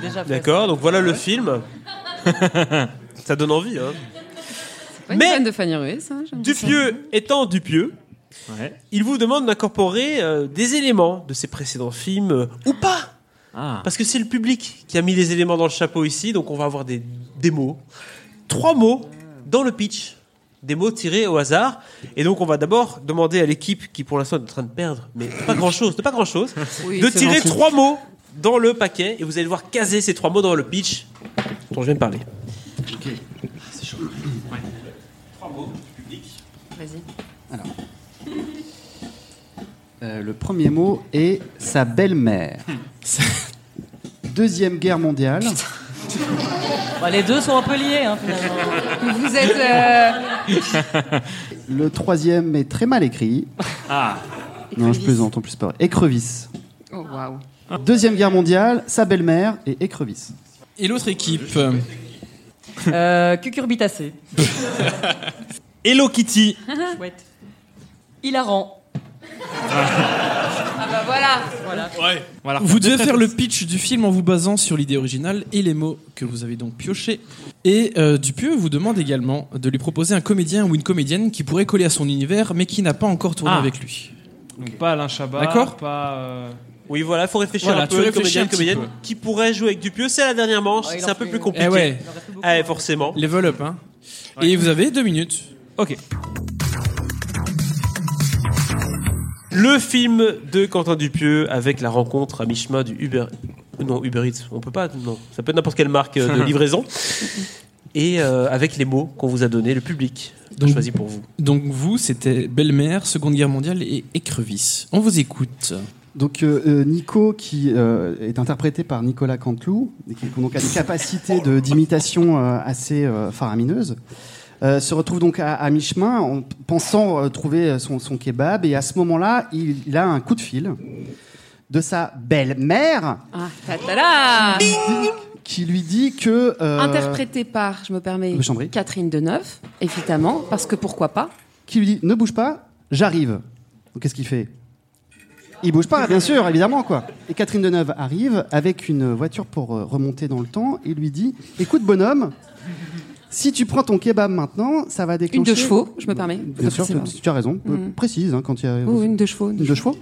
[SPEAKER 7] déjà fait
[SPEAKER 3] D'accord, donc voilà le film. Ça donne envie, hein.
[SPEAKER 5] Pas une
[SPEAKER 3] Mais-
[SPEAKER 5] vanne de Fanny Ruiz. hein, j'aime bien ça.
[SPEAKER 3] Dupieux étant Dupieux,
[SPEAKER 6] Ouais.
[SPEAKER 3] il vous demande d'incorporer euh, des éléments de ses précédents films euh, ou pas.
[SPEAKER 6] Ah.
[SPEAKER 3] Parce que c'est le public qui a mis les éléments dans le chapeau ici, donc on va avoir des, des mots. Trois mots dans le pitch. Des mots tirés au hasard. Et donc on va d'abord demander à l'équipe qui pour l'instant est en train de perdre, mais pas grand chose, de pas grand chose,
[SPEAKER 5] Oui,
[SPEAKER 3] de
[SPEAKER 5] c'est
[SPEAKER 3] tirer
[SPEAKER 5] gentil.
[SPEAKER 3] trois mots dans le paquet et vous allez devoir caser ces trois mots dans le pitch dont je viens de parler.
[SPEAKER 5] Vas-y.
[SPEAKER 8] Euh, le premier mot est sa belle-mère. Deuxième guerre mondiale.
[SPEAKER 7] Bah, les deux sont un peu liés, hein, finalement.
[SPEAKER 5] Vous êtes. euh,
[SPEAKER 8] Le troisième est très mal écrit. Non, je
[SPEAKER 5] écrevisse.
[SPEAKER 8] plaisante, en plus pas vrai. Écrevisse.
[SPEAKER 5] Oh, waouh.
[SPEAKER 8] Deuxième guerre mondiale, sa belle-mère et écrevisse.
[SPEAKER 9] Et l'autre équipe
[SPEAKER 7] Euh, cucurbitacé.
[SPEAKER 3] Hello Kitty.
[SPEAKER 7] Chouette. Hilarant.
[SPEAKER 5] Ah bah voilà.
[SPEAKER 7] Voilà.
[SPEAKER 9] Vous devez faire le pitch du film en vous basant sur l'idée originale et les mots que vous avez donc piochés. Et euh, Dupieux vous demande également de lui proposer un comédien ou une comédienne qui pourrait coller à son univers mais qui n'a pas encore tourné
[SPEAKER 6] Ah.
[SPEAKER 9] avec lui.
[SPEAKER 6] Donc pas Alain Chabat.
[SPEAKER 9] D'accord.
[SPEAKER 6] Pas. euh,
[SPEAKER 3] Oui, voilà, faut réfléchir
[SPEAKER 9] Voilà,
[SPEAKER 3] un
[SPEAKER 9] tu
[SPEAKER 3] peu.
[SPEAKER 9] réfléchis
[SPEAKER 3] comédien,
[SPEAKER 9] un petit
[SPEAKER 3] comédienne
[SPEAKER 9] peu.
[SPEAKER 3] qui pourrait jouer avec Dupieux, c'est la dernière manche,
[SPEAKER 7] Ah, il
[SPEAKER 3] c'est
[SPEAKER 7] en
[SPEAKER 3] un peu
[SPEAKER 7] fait,
[SPEAKER 3] plus
[SPEAKER 7] oui.
[SPEAKER 3] compliqué.
[SPEAKER 9] Eh ouais,
[SPEAKER 7] Il en reste beaucoup,
[SPEAKER 3] Ah, ouais,
[SPEAKER 7] hein.
[SPEAKER 3] forcément.
[SPEAKER 9] level up hein. Et vous avez deux minutes.
[SPEAKER 6] Ok.
[SPEAKER 3] Le film de Quentin Dupieux avec la rencontre à mi-chemin du Uber. euh, Non, Uber Eats, on peut pas, non. Ça peut être n'importe quelle marque euh, de livraison. Et euh, avec les mots qu'on vous a donnés, le public a
[SPEAKER 9] Donc-
[SPEAKER 3] choisi pour vous.
[SPEAKER 9] Donc vous, c'était belle-mère, Seconde Guerre mondiale et écrevisse. On vous écoute.
[SPEAKER 8] Donc euh, euh, Nico, qui euh, est interprété par Nicolas Canteloup, et qui donc, a une capacité de- d'imitation euh, assez euh, faramineuse, euh, se retrouve donc à, à mi-chemin en p- pensant euh, trouver son, son kebab. Et à ce moment-là, il, il a un coup de fil de sa belle-mère
[SPEAKER 5] Ah, ta ta là
[SPEAKER 8] Euh, qui lui dit que... euh,
[SPEAKER 5] Interprété par, je me permets,
[SPEAKER 8] Mais j'en prie.
[SPEAKER 5] Catherine Deneuve, évidemment, parce que pourquoi pas
[SPEAKER 8] qui lui dit ne bouge pas, j'arrive. Donc qu'est-ce qu'il fait Il bouge pas, bien sûr, évidemment quoi. Et Catherine Deneuve arrive avec une voiture pour euh, remonter dans le temps et lui dit écoute bonhomme, si tu prends ton kebab maintenant, ça va déclencher
[SPEAKER 5] Une de chevaux, je me permets.
[SPEAKER 8] Bien sûr,
[SPEAKER 5] C'est pas-
[SPEAKER 8] tu, tu as raison, euh,
[SPEAKER 5] Mhm.
[SPEAKER 8] précise hein, quand il y a
[SPEAKER 5] Ou une de chevaux.
[SPEAKER 8] de chevaux.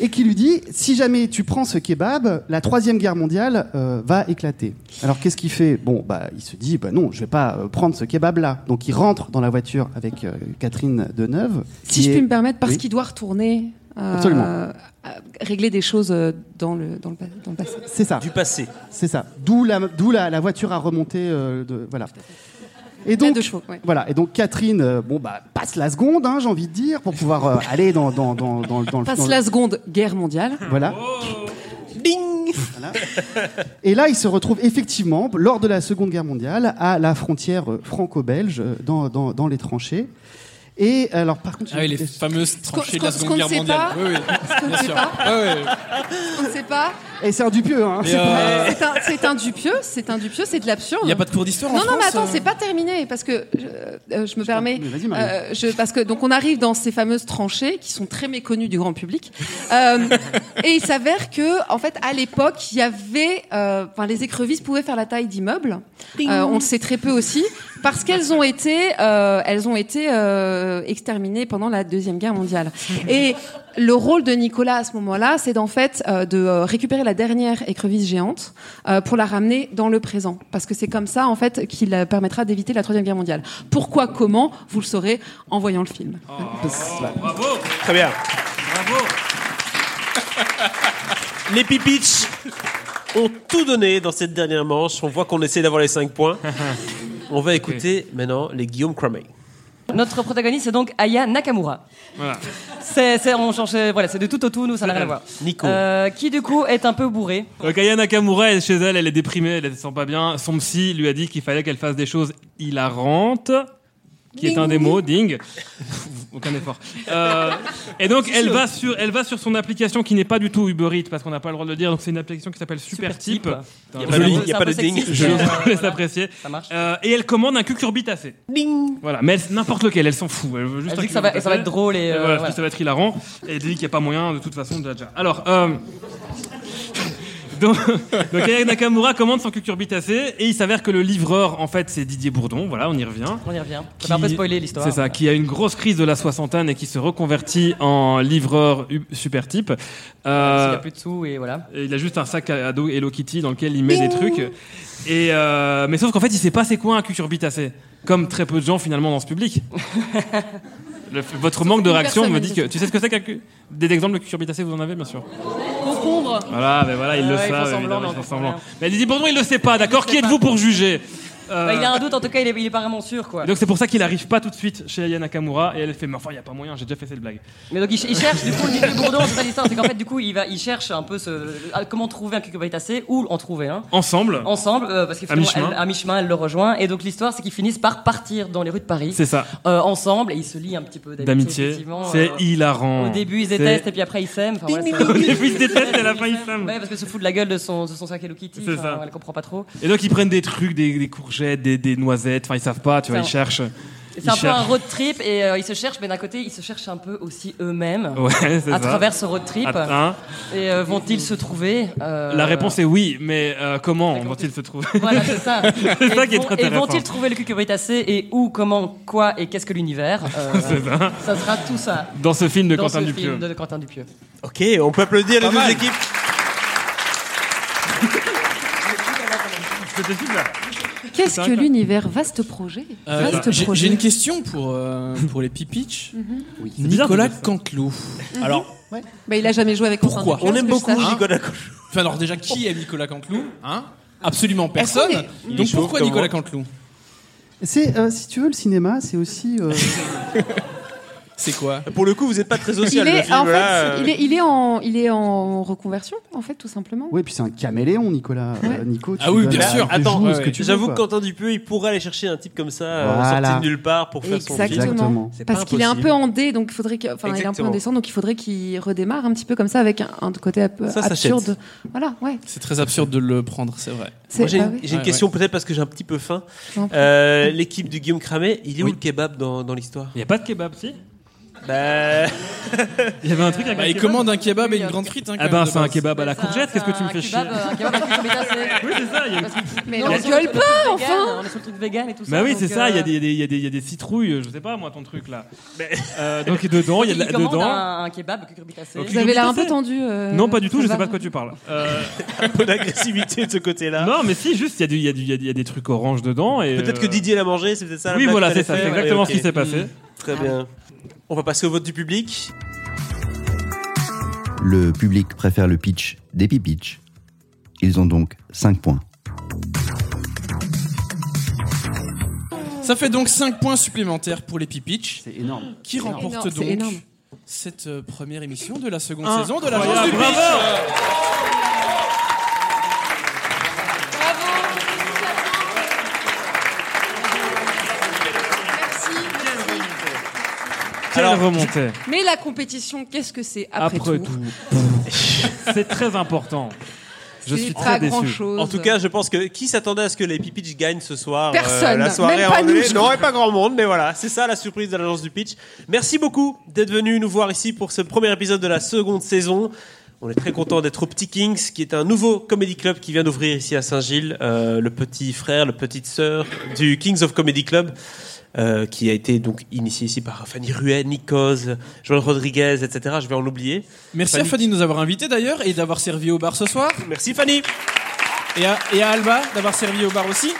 [SPEAKER 8] Et qui lui dit si jamais tu prends ce kebab, la troisième guerre mondiale euh, va éclater. Alors qu'est-ce qu'il fait Bon, bah, il se dit bah non, je vais pas euh, prendre ce kebab là. Donc il rentre dans la voiture avec euh, Catherine Deneuve.
[SPEAKER 5] Si
[SPEAKER 8] qui
[SPEAKER 5] je
[SPEAKER 8] est-
[SPEAKER 5] puis me permettre, parce
[SPEAKER 8] Oui.
[SPEAKER 5] qu'il doit retourner. euh,
[SPEAKER 8] Absolument.
[SPEAKER 5] euh, régler des choses euh, dans le, dans le, pa- dans le passé.
[SPEAKER 8] C'est ça,
[SPEAKER 3] Du passé.
[SPEAKER 8] c'est ça. D'où la, d'où la, la voiture à remonter. euh, de, voilà. Et
[SPEAKER 5] Donc,
[SPEAKER 8] donc,
[SPEAKER 5] de chevaux, ouais.
[SPEAKER 8] voilà. Et donc Catherine, euh, bon bah passe la seconde, hein, j'ai envie de dire, pour pouvoir euh, aller dans dans dans dans, dans le dans
[SPEAKER 5] Passe
[SPEAKER 8] le-
[SPEAKER 5] la seconde guerre mondiale.
[SPEAKER 8] Voilà. Voilà. Et là, il se retrouve effectivement, lors de la Seconde Guerre mondiale, à la frontière euh, franco-belge, euh, dans, dans, dans les tranchées. Et alors, par contre,
[SPEAKER 9] Ah oui, les
[SPEAKER 8] j'ai-
[SPEAKER 9] fameuses tranchées de la
[SPEAKER 5] ce qu'on-
[SPEAKER 9] Seconde
[SPEAKER 5] ce
[SPEAKER 9] Guerre
[SPEAKER 5] qu'on ne
[SPEAKER 9] mondiale.
[SPEAKER 5] sait
[SPEAKER 9] Oui, oui,
[SPEAKER 5] On ne
[SPEAKER 9] bien
[SPEAKER 5] sait
[SPEAKER 9] sûr.
[SPEAKER 5] pas,
[SPEAKER 9] Ouais, ouais.
[SPEAKER 5] on ne sait pas.
[SPEAKER 8] et c'est un Dupieux, hein.
[SPEAKER 9] Mais,
[SPEAKER 8] c'est pas-
[SPEAKER 9] euh,
[SPEAKER 5] C'est un, c'est un dupieux, c'est un dupieux, c'est de l'absurde.
[SPEAKER 9] Il n'y a pas de cours d'histoire en
[SPEAKER 5] Non, non, mais
[SPEAKER 9] France,
[SPEAKER 5] attends,
[SPEAKER 9] euh
[SPEAKER 5] c'est pas terminé parce que euh, euh, je me permets.
[SPEAKER 8] mais vas-y, Marie.
[SPEAKER 5] euh, je, parce que donc on arrive dans ces fameuses tranchées qui sont très méconnues du grand public. Euh, et il s'avère que en fait à l'époque il y avait, euh, enfin les écrevisses pouvaient faire la taille d'immeubles. Euh, on le sait très peu aussi parce qu'elles ont été, euh, elles ont été euh, exterminées pendant la deuxième guerre mondiale. Et le rôle de Nicolas à ce moment-là, c'est d'en fait euh, de euh, récupérer la dernière écrevisse géante euh, pour la ramener dans le présent, parce que c'est comme ça en fait qu'il euh, permettra d'éviter la troisième guerre mondiale. Pourquoi, comment, vous le saurez en voyant le film.
[SPEAKER 3] Très bien. Bravo. Les Pipitch ont tout donné dans cette dernière manche. On voit qu'on essaie d'avoir les 5 points. On va écouter maintenant les Guillaume Cramer.
[SPEAKER 7] Notre protagoniste est donc Aya Nakamura.
[SPEAKER 6] Voilà.
[SPEAKER 7] C'est, c'est, on change, c'est- voilà, c'est de tout au tout, nous, ça n'a rien à voir.
[SPEAKER 3] Nico.
[SPEAKER 7] Euh, qui du coup est un peu bourré.
[SPEAKER 6] Donc Aya Euh, Nakamura, elle, chez elle, elle est déprimée, elle ne se sent pas bien. Son psy lui a dit qu'il fallait qu'elle fasse des choses hilarantes, qui est un des mots, ding. Aucun effort. Euh, et donc elle va, sur, elle va sur son application qui n'est pas du tout Uber Eats, parce qu'on n'a pas le droit de le dire. Donc c'est une application qui s'appelle Supertype.
[SPEAKER 7] Supertype.
[SPEAKER 3] Il n'y a
[SPEAKER 6] Putain,
[SPEAKER 3] pas de-
[SPEAKER 6] joli.
[SPEAKER 3] il y a
[SPEAKER 7] C'est un
[SPEAKER 3] pas
[SPEAKER 7] peu
[SPEAKER 3] de ding.
[SPEAKER 7] sexiste,
[SPEAKER 6] Je
[SPEAKER 7] mais, euh,
[SPEAKER 6] vous laisse
[SPEAKER 7] voilà,
[SPEAKER 6] apprécier.
[SPEAKER 7] Ça marche.
[SPEAKER 6] Euh, et elle commande un cucurbitacé. Voilà, mais elle- n'importe lequel, elle s'en fout. Elle veut juste
[SPEAKER 7] Elle
[SPEAKER 6] un
[SPEAKER 7] dit que ça va, ça va
[SPEAKER 6] cucurbitacé.
[SPEAKER 7] être drôle et.
[SPEAKER 6] Et
[SPEAKER 7] euh,
[SPEAKER 6] voilà, parce
[SPEAKER 7] voilà.
[SPEAKER 6] que ça va être hilarant. Et elle dit qu'il n'y a pas moyen, de toute façon, déjà. déjà. Alors, euh, donc, donc Aya Nakamura commande son cucurbitacé et il s'avère que le livreur, en fait, c'est Didier Bourdon. Voilà, on y revient.
[SPEAKER 7] On y revient. Ça
[SPEAKER 6] Qui-
[SPEAKER 7] fait un peu spoiler l'histoire.
[SPEAKER 6] C'est ça, qui a une grosse crise de la soixantaine et qui se reconvertit en livreur u- super type.
[SPEAKER 7] Il n'y
[SPEAKER 6] Euh,
[SPEAKER 7] a plus de sous et voilà.
[SPEAKER 6] et il a juste un sac à à dos Hello Kitty dans lequel il met des trucs. Et euh, mais sauf qu'en fait, il sait pas c'est quoi un cucurbitacé. Comme très peu de gens finalement dans ce public. Le- votre manque de
[SPEAKER 5] une
[SPEAKER 6] réaction
[SPEAKER 5] personne,
[SPEAKER 6] me
[SPEAKER 5] elle
[SPEAKER 6] dit que.
[SPEAKER 5] dit.
[SPEAKER 6] Tu sais ce que c'est qu'un cu- Des exemples de cucurbitacé, vous en avez bien sûr.
[SPEAKER 7] Concombre
[SPEAKER 6] Voilà, mais voilà, ils
[SPEAKER 7] Ah
[SPEAKER 6] le
[SPEAKER 7] ouais, ils font
[SPEAKER 6] savent.
[SPEAKER 7] semblant,
[SPEAKER 6] évidemment, ils
[SPEAKER 7] non,
[SPEAKER 6] font
[SPEAKER 7] ils font
[SPEAKER 6] semblant.
[SPEAKER 7] rien.
[SPEAKER 6] Mais elle dit Bourdon, il le sait pas, d'accord Qui êtes-vous pour juger Euh,
[SPEAKER 7] Bah, il a un doute, en tout cas, il est, il est pas vraiment sûr, quoi.
[SPEAKER 6] et donc c'est pour ça qu'il arrive pas tout de suite chez Aya Nakamura et elle fait mais enfin il y a pas moyen j'ai déjà fait cette blague.
[SPEAKER 7] Mais donc il, ch- il cherche du coup Olivier Bourdon, c'est ça l'histoire, c'est qu'en fait du coup il va, il cherche un peu ce, le- le- comment trouver un cucurbitacé ou en trouver un
[SPEAKER 6] Ensemble,
[SPEAKER 7] ensemble euh, parce qu'à
[SPEAKER 6] mi-chemin.
[SPEAKER 7] à mi-chemin elle le rejoint et donc l'histoire c'est qu'ils finissent par partir dans les rues de Paris
[SPEAKER 6] c'est ça,
[SPEAKER 7] euh, ensemble et ils se lient un petit peu d'amitié.
[SPEAKER 6] d'amitié.
[SPEAKER 7] effectivement,
[SPEAKER 6] C'est
[SPEAKER 7] euh,
[SPEAKER 6] hilarant.
[SPEAKER 7] Au début, ils
[SPEAKER 6] C'est-
[SPEAKER 7] détestent Bah, et puis après, ils s'aiment. Enfin, voilà, c'est-
[SPEAKER 6] Au début, ils se détestent et à la fin, ils s'aiment.
[SPEAKER 7] Ouais, parce que se fout de la gueule de son, de son sac Hello Kitty.
[SPEAKER 6] C'est
[SPEAKER 7] enfin,
[SPEAKER 6] ça.
[SPEAKER 7] Elle comprend pas trop.
[SPEAKER 6] Et donc ils prennent des trucs, des, des courgettes, des, des noisettes, enfin ils savent pas, tu vois,
[SPEAKER 7] Ça,
[SPEAKER 6] ils cherchent.
[SPEAKER 7] Et
[SPEAKER 6] Ils
[SPEAKER 7] C'est un peu un
[SPEAKER 6] cherchent.
[SPEAKER 7] road trip et euh, ils se cherchent, mais d'un côté, ils se cherchent un peu aussi eux-mêmes
[SPEAKER 6] Ouais, c'est
[SPEAKER 7] à
[SPEAKER 6] ça.
[SPEAKER 7] travers ce road trip.
[SPEAKER 6] Ah, hein.
[SPEAKER 7] Et euh, vont-ils se trouver euh,
[SPEAKER 6] La réponse est oui, mais euh, comment
[SPEAKER 7] D'accord.
[SPEAKER 6] vont-ils se trouver
[SPEAKER 7] Voilà, c'est ça.
[SPEAKER 6] C'est ça
[SPEAKER 7] Et
[SPEAKER 6] qui est
[SPEAKER 7] vont-
[SPEAKER 6] très
[SPEAKER 7] Et
[SPEAKER 6] intéressant.
[SPEAKER 7] vont-ils trouver le cucurbitacé et où, comment, quoi et qu'est-ce que l'univers Euh,
[SPEAKER 6] C'est ça.
[SPEAKER 7] Ça sera tout ça
[SPEAKER 6] Dans ce film de
[SPEAKER 7] dans
[SPEAKER 6] Quentin
[SPEAKER 7] ce
[SPEAKER 6] Dupieux.
[SPEAKER 7] film de Quentin Dupieux.
[SPEAKER 3] Ok, on peut applaudir les
[SPEAKER 6] Pas
[SPEAKER 3] deux
[SPEAKER 6] mal.
[SPEAKER 3] équipes.
[SPEAKER 6] C'était super.
[SPEAKER 5] Qu'est-ce que l'univers Vaste projet.
[SPEAKER 9] Euh,
[SPEAKER 5] Vaste
[SPEAKER 9] J'ai j'ai
[SPEAKER 5] projet.
[SPEAKER 9] une question pour, euh, pour les pipitch.
[SPEAKER 5] Mhm.
[SPEAKER 6] bizarre,
[SPEAKER 9] Nicolas Canteloup. Alors,
[SPEAKER 5] Bah, il a jamais joué avec
[SPEAKER 9] Pourquoi
[SPEAKER 5] Constantin Dupieux,
[SPEAKER 3] On aime
[SPEAKER 5] que je
[SPEAKER 3] beaucoup
[SPEAKER 5] sache.
[SPEAKER 3] Nicolas
[SPEAKER 9] enfin, alors déjà, qui aime Nicolas Canteloup hein Absolument personne.
[SPEAKER 5] Est-ce
[SPEAKER 3] est- Il est
[SPEAKER 9] Donc
[SPEAKER 3] chaud,
[SPEAKER 9] pourquoi
[SPEAKER 3] comme
[SPEAKER 9] Nicolas
[SPEAKER 3] moi.
[SPEAKER 9] Canteloup
[SPEAKER 8] C'est, euh, si tu veux, le cinéma, c'est aussi. euh,
[SPEAKER 9] C'est quoi
[SPEAKER 3] Ah. Pour le coup, vous n'êtes pas très
[SPEAKER 5] Il
[SPEAKER 3] social. le
[SPEAKER 5] est,
[SPEAKER 3] film, hein.
[SPEAKER 5] en
[SPEAKER 3] là,
[SPEAKER 5] fait, il est, il est en, il est en reconversion, en fait, tout simplement.
[SPEAKER 8] Oui, puis c'est un caméléon, Nicolas. Euh,
[SPEAKER 5] Ouais.
[SPEAKER 8] Nico, tu
[SPEAKER 9] Ah oui,
[SPEAKER 8] donnes-
[SPEAKER 9] bien
[SPEAKER 8] tu
[SPEAKER 9] sûr.
[SPEAKER 8] joues
[SPEAKER 3] Attends,
[SPEAKER 8] ce que tu veux,
[SPEAKER 3] J'avoue que
[SPEAKER 8] quoi.
[SPEAKER 3] Quentin Dupieux, il pourrait aller chercher un type comme ça, euh,
[SPEAKER 8] Voilà.
[SPEAKER 3] sorti de nulle part pour faire son film.
[SPEAKER 5] Exactement.
[SPEAKER 3] C'est pas
[SPEAKER 5] Parce qu'il est un
[SPEAKER 3] impossible.
[SPEAKER 5] peu en D, donc il faudrait que, enfin, il est un peu
[SPEAKER 3] Exactement.
[SPEAKER 5] en descente, donc il faudrait qu'il redémarre un petit peu comme ça avec un, un côté un peu
[SPEAKER 3] Ça s'achète.
[SPEAKER 5] absurde. Voilà, ouais.
[SPEAKER 9] C'est très absurde de le prendre, c'est vrai.
[SPEAKER 5] C'est-
[SPEAKER 3] Moi, j'ai
[SPEAKER 5] bah
[SPEAKER 3] une,
[SPEAKER 5] oui.
[SPEAKER 3] j'ai une
[SPEAKER 9] Ouais,
[SPEAKER 3] question peut-être parce que j'ai un petit peu faim.
[SPEAKER 5] Non.
[SPEAKER 3] Euh, L'équipe de Guillaume Cramet, il est où
[SPEAKER 9] Oui.
[SPEAKER 3] le kebab dans, dans l'histoire
[SPEAKER 6] Il y a pas de kebab, si
[SPEAKER 3] Bah,
[SPEAKER 6] Il y avait un truc avec
[SPEAKER 9] Bah,
[SPEAKER 6] un
[SPEAKER 9] il
[SPEAKER 6] kebab
[SPEAKER 9] commande un kebab et une grande frite. hein,
[SPEAKER 6] Ah
[SPEAKER 9] quand même,
[SPEAKER 6] ben
[SPEAKER 9] de
[SPEAKER 6] c'est un
[SPEAKER 9] base.
[SPEAKER 6] kebab à la
[SPEAKER 7] C'est un-
[SPEAKER 6] courgette, qu'est-ce que tu me fais
[SPEAKER 7] un
[SPEAKER 6] chier
[SPEAKER 7] kebab, euh, un kebab avec le cucurbitacé.
[SPEAKER 6] Oui, c'est ça, il y a-
[SPEAKER 5] Mais
[SPEAKER 7] Non,
[SPEAKER 5] on
[SPEAKER 7] on est sur le
[SPEAKER 5] gueule
[SPEAKER 7] truc
[SPEAKER 5] pas,
[SPEAKER 7] vegan,
[SPEAKER 5] enfin
[SPEAKER 7] On est sur le truc vegan et tout ça.
[SPEAKER 6] Bah oui,
[SPEAKER 7] donc,
[SPEAKER 6] c'est ça, il y, a
[SPEAKER 7] euh,
[SPEAKER 6] des- il y a des- il y a des- il y a des citrouilles, je sais pas moi ton truc là. Euh, donc dedans, il y a de la-
[SPEAKER 7] il commande
[SPEAKER 6] dedans.
[SPEAKER 7] Un, un kebab cucurbitacé.
[SPEAKER 6] Ok.
[SPEAKER 5] Vous avez l'air un
[SPEAKER 6] Tout à
[SPEAKER 5] peu
[SPEAKER 6] fait.
[SPEAKER 5] tendu. euh,
[SPEAKER 6] Non, pas du tout, je sais
[SPEAKER 5] César.
[SPEAKER 6] pas de quoi tu parles. Euh,
[SPEAKER 3] un peu d'agressivité de ce côté-là.
[SPEAKER 6] non, mais si, juste, il y, a du- il y a du- il y a du- il y a des trucs oranges dedans. et,
[SPEAKER 3] Peut-être
[SPEAKER 6] euh,
[SPEAKER 3] que Didier l'a mangé, c'est peut-être ça. la
[SPEAKER 6] Oui,
[SPEAKER 3] blague
[SPEAKER 6] voilà,
[SPEAKER 3] que t'allais
[SPEAKER 6] c'est ça, c'est
[SPEAKER 3] faire. Ouais,
[SPEAKER 6] exactement
[SPEAKER 3] ok. Mm.
[SPEAKER 6] ce qui s'est passé.
[SPEAKER 3] Très bien. On va passer au vote du public.
[SPEAKER 2] Le public préfère le pitch des pipitch. Ils ont donc 5 points.
[SPEAKER 9] Ça fait donc 5 points supplémentaires pour les pipitch
[SPEAKER 8] C'est énorme.
[SPEAKER 9] qui remportent
[SPEAKER 5] énorme, c'est
[SPEAKER 9] donc
[SPEAKER 5] énorme.
[SPEAKER 9] cette euh, première émission de la seconde
[SPEAKER 6] Incroyable,
[SPEAKER 9] saison de la Chance du
[SPEAKER 6] bravo.
[SPEAKER 9] Pitch.
[SPEAKER 6] Quelle
[SPEAKER 3] Alors,
[SPEAKER 6] remontée
[SPEAKER 5] Mais la compétition, qu'est-ce que c'est après,
[SPEAKER 6] Après
[SPEAKER 5] tout,
[SPEAKER 6] tout. c'est très important. Je
[SPEAKER 5] C'est
[SPEAKER 6] suis
[SPEAKER 5] pas
[SPEAKER 6] très déçu.
[SPEAKER 5] grand-chose.
[SPEAKER 3] En tout cas, je pense que qui s'attendait à ce que les Pipitch gagnent ce soir euh,
[SPEAKER 5] Personne,
[SPEAKER 3] La soirée
[SPEAKER 5] même
[SPEAKER 3] à
[SPEAKER 5] pas
[SPEAKER 3] un moment donné
[SPEAKER 5] nous, je
[SPEAKER 3] Non, et pas grand monde, mais voilà, c'est ça la surprise de l'agence du pitch. Merci beaucoup d'être venu nous voir ici pour ce premier épisode de la seconde saison. On est très content d'être au Petit Kings, qui est un nouveau comedy club qui vient d'ouvrir ici à Saint-Gilles. Euh, le petit frère, le petite sœur du Kings of Comedy Club, euh, qui a été donc initié ici par Fanny Ruet, Nikos, Joël Rodriguez, etc. Je vais en oublier.
[SPEAKER 9] Merci
[SPEAKER 3] Fanny.
[SPEAKER 9] à Fanny de nous avoir invités d'ailleurs et d'avoir servi au bar ce soir.
[SPEAKER 3] Merci Fanny.
[SPEAKER 9] Et à, et à Alba d'avoir servi au bar aussi.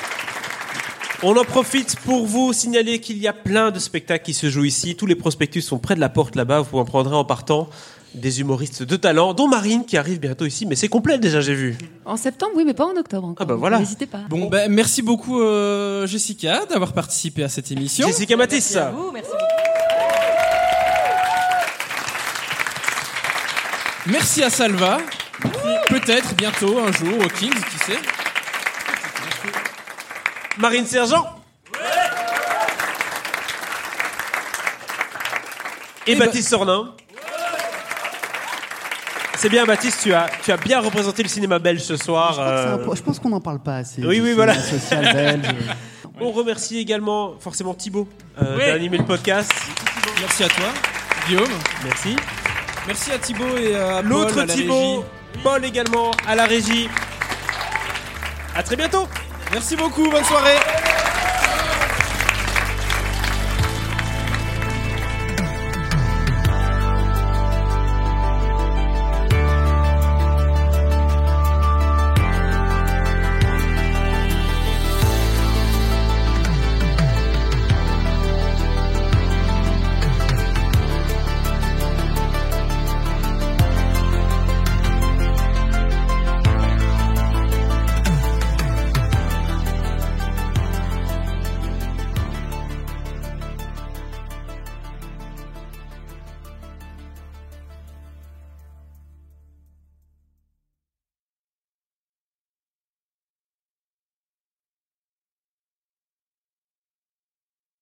[SPEAKER 3] On en profite pour vous signaler qu'il y a plein de spectacles qui se jouent ici. Tous les prospectus sont près de la porte là-bas. Vous en prendrez en partant des humoristes de talent, dont Marine qui arrive bientôt ici. Mais c'est complet déjà, j'ai vu.
[SPEAKER 5] En septembre, oui, mais pas en octobre. Encore.
[SPEAKER 3] Ah bah voilà.
[SPEAKER 5] N'hésitez pas.
[SPEAKER 9] Bon, ben merci beaucoup euh, Jessica d'avoir participé à cette émission.
[SPEAKER 3] Jessica Matisse.
[SPEAKER 7] Merci à vous, merci beaucoup.
[SPEAKER 9] Merci à Salva. Peut-être bientôt un jour au Kings, qui sait.
[SPEAKER 3] Marine Sergent. Et,
[SPEAKER 7] Eh
[SPEAKER 9] Et
[SPEAKER 7] ben-
[SPEAKER 3] Baptiste Sornin. C'est bien, Baptiste, tu as, tu as bien représenté le cinéma belge ce
[SPEAKER 8] Je
[SPEAKER 3] soir.
[SPEAKER 8] crois que c'est
[SPEAKER 3] euh,
[SPEAKER 8] un po- Je pense qu'on n'en parle pas assez.
[SPEAKER 3] Oui,
[SPEAKER 8] du
[SPEAKER 3] oui,
[SPEAKER 8] cinéma
[SPEAKER 3] voilà.
[SPEAKER 8] social belge. euh,
[SPEAKER 3] On remercie également forcément Thibaut euh,
[SPEAKER 6] Oui.
[SPEAKER 3] d'animer le podcast.
[SPEAKER 9] Merci à toi, Guillaume.
[SPEAKER 3] Merci.
[SPEAKER 9] Merci à Thibaut et à Paul,
[SPEAKER 3] L'autre
[SPEAKER 9] à la
[SPEAKER 3] Thibaut,
[SPEAKER 9] régie.
[SPEAKER 3] Paul également à la régie. À très bientôt.
[SPEAKER 9] Merci beaucoup, bonne soirée.